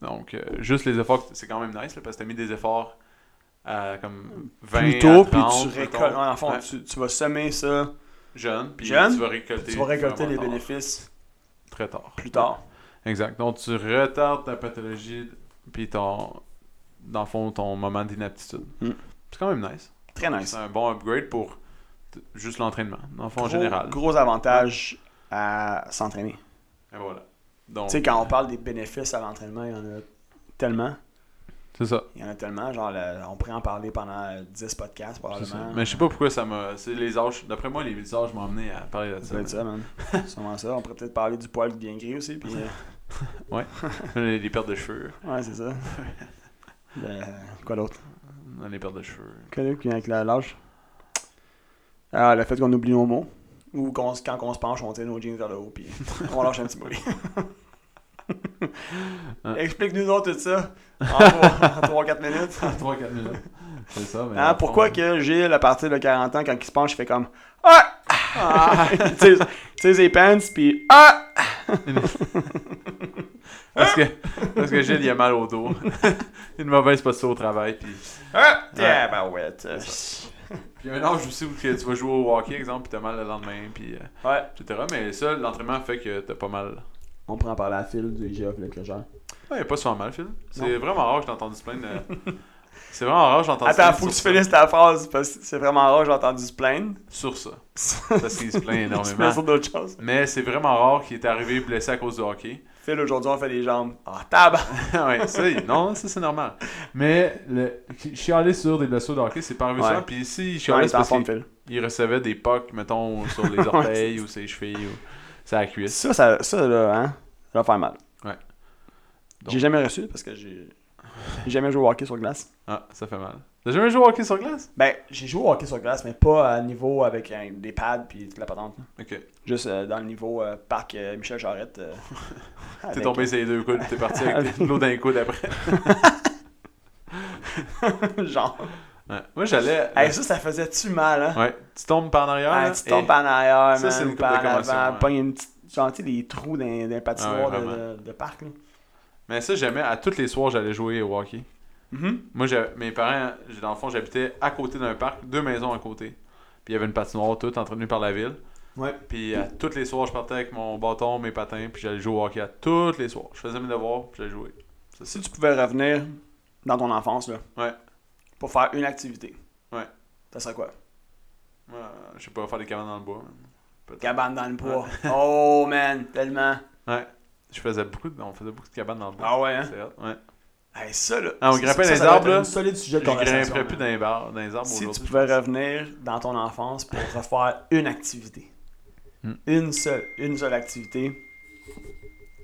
[SPEAKER 1] Donc, euh, juste les efforts, c'est quand même nice, là, parce que t'as mis des efforts à comme 20
[SPEAKER 2] Plus tôt,
[SPEAKER 1] à 30,
[SPEAKER 2] puis tu
[SPEAKER 1] mettons,
[SPEAKER 2] récoltes. En fond,
[SPEAKER 1] Ouais.
[SPEAKER 2] tu, tu vas semer ça,
[SPEAKER 1] jeune, puis
[SPEAKER 2] Jeune,
[SPEAKER 1] tu vas récolter,
[SPEAKER 2] tu vas récolter
[SPEAKER 1] vraiment
[SPEAKER 2] les
[SPEAKER 1] tard,
[SPEAKER 2] bénéfices
[SPEAKER 1] très tard.
[SPEAKER 2] plus tard.
[SPEAKER 1] Exact. Donc tu retardes ta pathologie puis ton dans le fond ton moment d'inaptitude.
[SPEAKER 2] Mm.
[SPEAKER 1] C'est quand même nice.
[SPEAKER 2] Très nice.
[SPEAKER 1] C'est un bon upgrade pour t- juste l'entraînement, dans le fond en
[SPEAKER 2] Gros-
[SPEAKER 1] général.
[SPEAKER 2] Gros avantage à s'entraîner.
[SPEAKER 1] Et voilà. Donc
[SPEAKER 2] Tu sais, quand on parle des bénéfices à l'entraînement, il y en a tellement.
[SPEAKER 1] C'est ça.
[SPEAKER 2] Il y en a tellement, genre, le- on pourrait en parler pendant euh, 10 podcasts,
[SPEAKER 1] C'est ça.
[SPEAKER 2] probablement.
[SPEAKER 1] Mais je sais pas pourquoi ça m'a. C'est les âges. D'après moi, les âges m'ont amené à parler de
[SPEAKER 2] Ça
[SPEAKER 1] ça.
[SPEAKER 2] doit être ça, man. Sûrement ça. On pourrait peut-être parler du poil bien gris aussi. Puis, euh,
[SPEAKER 1] les, les pertes de cheveux.
[SPEAKER 2] ouais, c'est ça. Le- quoi d'autre
[SPEAKER 1] Les pertes de cheveux.
[SPEAKER 2] Quoi d'autre qui vient avec la- l'âge Ah, le fait qu'on oublie nos mots. Ou qu'on se- quand on se penche, on tient nos jeans vers le haut. Puis on lâche un petit bruit.
[SPEAKER 1] Hein.
[SPEAKER 2] Explique-nous donc tout ça en 3-4 minutes.
[SPEAKER 1] 3-4 minutes. C'est ça, mais.
[SPEAKER 2] Hein, pourquoi que Gilles, à partir de 40 ans, quand il se penche, il fait comme Ah! Ah! tu sais, tu sais, ses pants, puis Ah!
[SPEAKER 1] Parce que, parce que Gilles, il a mal au dos. il a une mauvaise posture au travail. Puis,
[SPEAKER 2] Ah!
[SPEAKER 1] Ouais.
[SPEAKER 2] bah ouais.
[SPEAKER 1] puis il y a un âge aussi où que tu vas jouer au hockey, exemple, puis t'as mal le lendemain, puis euh,
[SPEAKER 2] Ouais.
[SPEAKER 1] etc. Mais ça, l'entraînement fait que t'as pas mal.
[SPEAKER 2] On prend par la file du IGF, le clogeur.
[SPEAKER 1] Ouais, il a pas souvent mal, Phil. C'est vraiment rare que j'ai entendu se plaindre. euh, C'est vraiment rare que j'ai entendu se
[SPEAKER 2] Attends,
[SPEAKER 1] plaindre
[SPEAKER 2] faut que tu
[SPEAKER 1] sur ça.
[SPEAKER 2] finisses ta phrase, parce que c'est vraiment rare, j'ai entendu se plaindre.
[SPEAKER 1] Sur ça.
[SPEAKER 2] Tu
[SPEAKER 1] Parce qu'il se plaint
[SPEAKER 2] mets
[SPEAKER 1] énormément.
[SPEAKER 2] sur d'autres choses.
[SPEAKER 1] Mais c'est vraiment rare qu'il est arrivé blessé à cause du hockey.
[SPEAKER 2] Phil, aujourd'hui, on fait les jambes. Ah, tab!
[SPEAKER 1] ouais, ça, il- non, ça c'est normal. Mais le, chialer sur des blessures de hockey, c'est pas arrivé
[SPEAKER 2] Ouais.
[SPEAKER 1] souvent. Puis ici,
[SPEAKER 2] Non, il
[SPEAKER 1] chialer
[SPEAKER 2] est en
[SPEAKER 1] parce
[SPEAKER 2] forme,
[SPEAKER 1] qu'il
[SPEAKER 2] Phil.
[SPEAKER 1] il recevait des pucks, mettons, sur les orteils ou ses chevilles ou sa cuisse.
[SPEAKER 2] Ça, ça, ça, là, hein, ça va faire mal.
[SPEAKER 1] Ouais.
[SPEAKER 2] J'ai jamais reçu, parce que j'ai j'ai jamais joué au hockey sur glace.
[SPEAKER 1] Ah, ça fait mal. T'as jamais joué au hockey sur glace?
[SPEAKER 2] Ben, j'ai joué au hockey sur glace, mais pas à niveau avec un- des pads puis toute la patente. là.
[SPEAKER 1] Ok.
[SPEAKER 2] Juste euh, dans le niveau euh, parc euh, Michel Jarrette. euh,
[SPEAKER 1] T'es
[SPEAKER 2] avec-
[SPEAKER 1] tombé sur les deux coudes, t'es parti avec de l'eau d'un coude après.
[SPEAKER 2] euh, Genre.
[SPEAKER 1] Ouais. Moi, j'allais.
[SPEAKER 2] Hey, ça, ça faisait-tu mal, hein?
[SPEAKER 1] Ouais, tu tombes par en arrière.
[SPEAKER 2] Ah,
[SPEAKER 1] là,
[SPEAKER 2] tu tombes
[SPEAKER 1] et-
[SPEAKER 2] en arrière,
[SPEAKER 1] Ça, c'est
[SPEAKER 2] man,
[SPEAKER 1] une
[SPEAKER 2] par
[SPEAKER 1] coupe de
[SPEAKER 2] en
[SPEAKER 1] commotion,
[SPEAKER 2] avant,
[SPEAKER 1] ouais.
[SPEAKER 2] pogne une petite. Genre, tu sais, les trous d'un d'un patinoire
[SPEAKER 1] Ah ouais,
[SPEAKER 2] de-
[SPEAKER 1] vraiment.
[SPEAKER 2] de, de parc, là.
[SPEAKER 1] Mais ça, j'aimais. À tous les soirs, j'allais jouer au hockey. Moi, j'avais- mes parents, j'ai- dans le fond, j'habitais à côté d'un parc, deux maisons à côté. Puis il y avait une patinoire toute entretenue par la ville.
[SPEAKER 2] Ouais.
[SPEAKER 1] Puis à tous les soirs, je partais avec mon bâton, mes patins, puis j'allais jouer au hockey à tous les soirs. Je faisais mes devoirs, puis j'allais jouer.
[SPEAKER 2] Si tu pouvais revenir dans ton enfance, là.
[SPEAKER 1] Ouais.
[SPEAKER 2] Pour faire une activité.
[SPEAKER 1] Ouais.
[SPEAKER 2] Ça serait quoi?
[SPEAKER 1] Moi, euh, je sais pas, faire des cabanes dans le bois. mais
[SPEAKER 2] Cabane dans le bois. oh, man, tellement.
[SPEAKER 1] Je faisais beaucoup de, on faisait beaucoup de cabanes dans le bois.
[SPEAKER 2] Ah ouais, hein?
[SPEAKER 1] C'est hot, ouais.
[SPEAKER 2] Hey, ça, là.
[SPEAKER 1] Ah, on
[SPEAKER 2] ça-
[SPEAKER 1] grimpait
[SPEAKER 2] ça,
[SPEAKER 1] les
[SPEAKER 2] ça doit
[SPEAKER 1] arbres,
[SPEAKER 2] être
[SPEAKER 1] là.
[SPEAKER 2] un solide sujet
[SPEAKER 1] Je
[SPEAKER 2] de conversation,
[SPEAKER 1] grimperais plus
[SPEAKER 2] man.
[SPEAKER 1] dans les, bars, dans les arbres
[SPEAKER 2] Si tu
[SPEAKER 1] aujourd'hui, je
[SPEAKER 2] pouvais
[SPEAKER 1] pense.
[SPEAKER 2] revenir dans ton enfance pour refaire une activité,
[SPEAKER 1] Hmm.
[SPEAKER 2] une seule, une seule activité,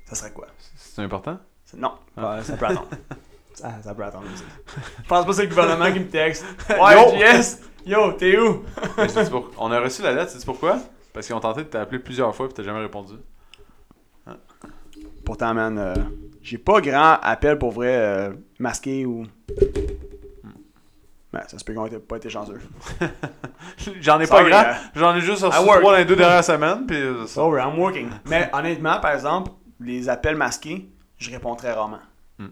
[SPEAKER 2] ça serait quoi?
[SPEAKER 1] C'est important?
[SPEAKER 2] C'est- Non,
[SPEAKER 1] Ah.
[SPEAKER 2] euh, ça peut attendre. Ça, ça peut attendre aussi. Je pense pas que c'est le gouvernement qui me texte.
[SPEAKER 1] Yo!
[SPEAKER 2] Ouais, yes! Yo, t'es où?
[SPEAKER 1] Mais je te dis pour- On a reçu la lettre, tu sais pourquoi? Parce qu'ils ont tenté de t'appeler plusieurs fois, puis t'as jamais répondu.
[SPEAKER 2] Pourtant, man, euh, j'ai pas grand appel pour vrai euh, masqué ou.
[SPEAKER 1] Hmm.
[SPEAKER 2] Ben, ça se peut qu'on ait pas été chanceux.
[SPEAKER 1] J'en ai pas
[SPEAKER 2] Sorry,
[SPEAKER 1] grand.
[SPEAKER 2] euh,
[SPEAKER 1] J'en ai juste reçu
[SPEAKER 2] I work. Oh.
[SPEAKER 1] trois dans les deux dernières semaines. Puis euh, ça.
[SPEAKER 2] Sorry, I'm working. Mais honnêtement, par exemple, les appels masqués, je réponds très rarement.
[SPEAKER 1] Hmm.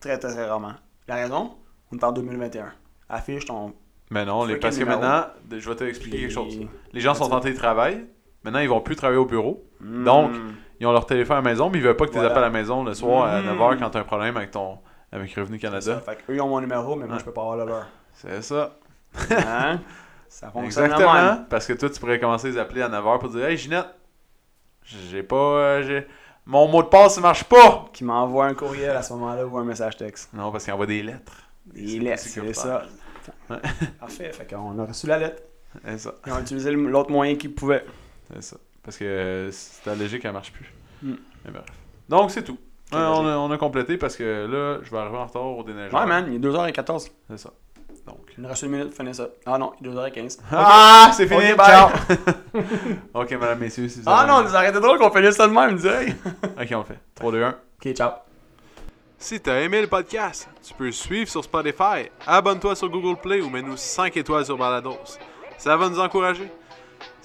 [SPEAKER 2] Très, très, très rarement. La raison, on est en 2021. Affiche ton.
[SPEAKER 1] Mais non, les,
[SPEAKER 2] Freaking
[SPEAKER 1] parce que
[SPEAKER 2] numéro.
[SPEAKER 1] maintenant, je vais t'expliquer quelque chose.
[SPEAKER 2] Puis-
[SPEAKER 1] Les gens sont en télétravail. Maintenant, ils vont plus travailler au bureau.
[SPEAKER 2] Hmm.
[SPEAKER 1] Donc, Ils ont leur téléphone à la maison, mais ils veulent pas que tu les
[SPEAKER 2] Voilà.
[SPEAKER 1] appelles à la maison le soir à
[SPEAKER 2] Mhm.
[SPEAKER 1] 9h quand t'as un problème avec ton avec Revenu
[SPEAKER 2] ça,
[SPEAKER 1] Canada.
[SPEAKER 2] fait que eux ils ont mon numéro, mais moi,
[SPEAKER 1] Ouais.
[SPEAKER 2] je peux pas avoir le leur.
[SPEAKER 1] C'est ça.
[SPEAKER 2] Hein? ça fonctionne la même.
[SPEAKER 1] Exactement. Parce que toi, tu pourrais commencer à les appeler à 9h pour dire Hey Ginette, j'ai pas. euh, j'ai- Mon mot de passe, il marche pas.
[SPEAKER 2] Qui m'envoie un courriel à ce moment-là ou un message texte.
[SPEAKER 1] Non, parce qu'ils envoient des lettres.
[SPEAKER 2] Il est, c'est ça.
[SPEAKER 1] Ouais.
[SPEAKER 2] Parfait, fait qu'on a reçu la lettre.
[SPEAKER 1] C'est ça.
[SPEAKER 2] Ils ont utilisé le- l'autre moyen qu'ils pouvaient.
[SPEAKER 1] C'est ça. Parce que euh, c'est ta logique, elle marche plus.
[SPEAKER 2] Mm.
[SPEAKER 1] Mais bref. Donc, c'est tout.
[SPEAKER 2] Quelle
[SPEAKER 1] Ouais, on, a, on a complété parce que là, je vais arriver en retard au déneigeur.
[SPEAKER 2] Ouais, man, il est 2h14.
[SPEAKER 1] C'est ça. Donc.
[SPEAKER 2] Il nous reste une minute, finir ça. Ah non, il est 2h15.
[SPEAKER 1] Ah, c'est
[SPEAKER 2] Ok,
[SPEAKER 1] fini,
[SPEAKER 2] bye.
[SPEAKER 1] ciao! ok, madame, messieurs, si vous
[SPEAKER 2] Ah
[SPEAKER 1] avez-
[SPEAKER 2] non, ça aurait été drôle qu'on finisse ça de même, direct.
[SPEAKER 1] Ok, on le fait. 3, 2, 1.
[SPEAKER 2] Ok, ciao.
[SPEAKER 1] Si t'as aimé le podcast, tu peux le suivre sur Spotify, abonne-toi sur Google Play ou mets-nous 5 étoiles sur Balados. Ça va nous encourager.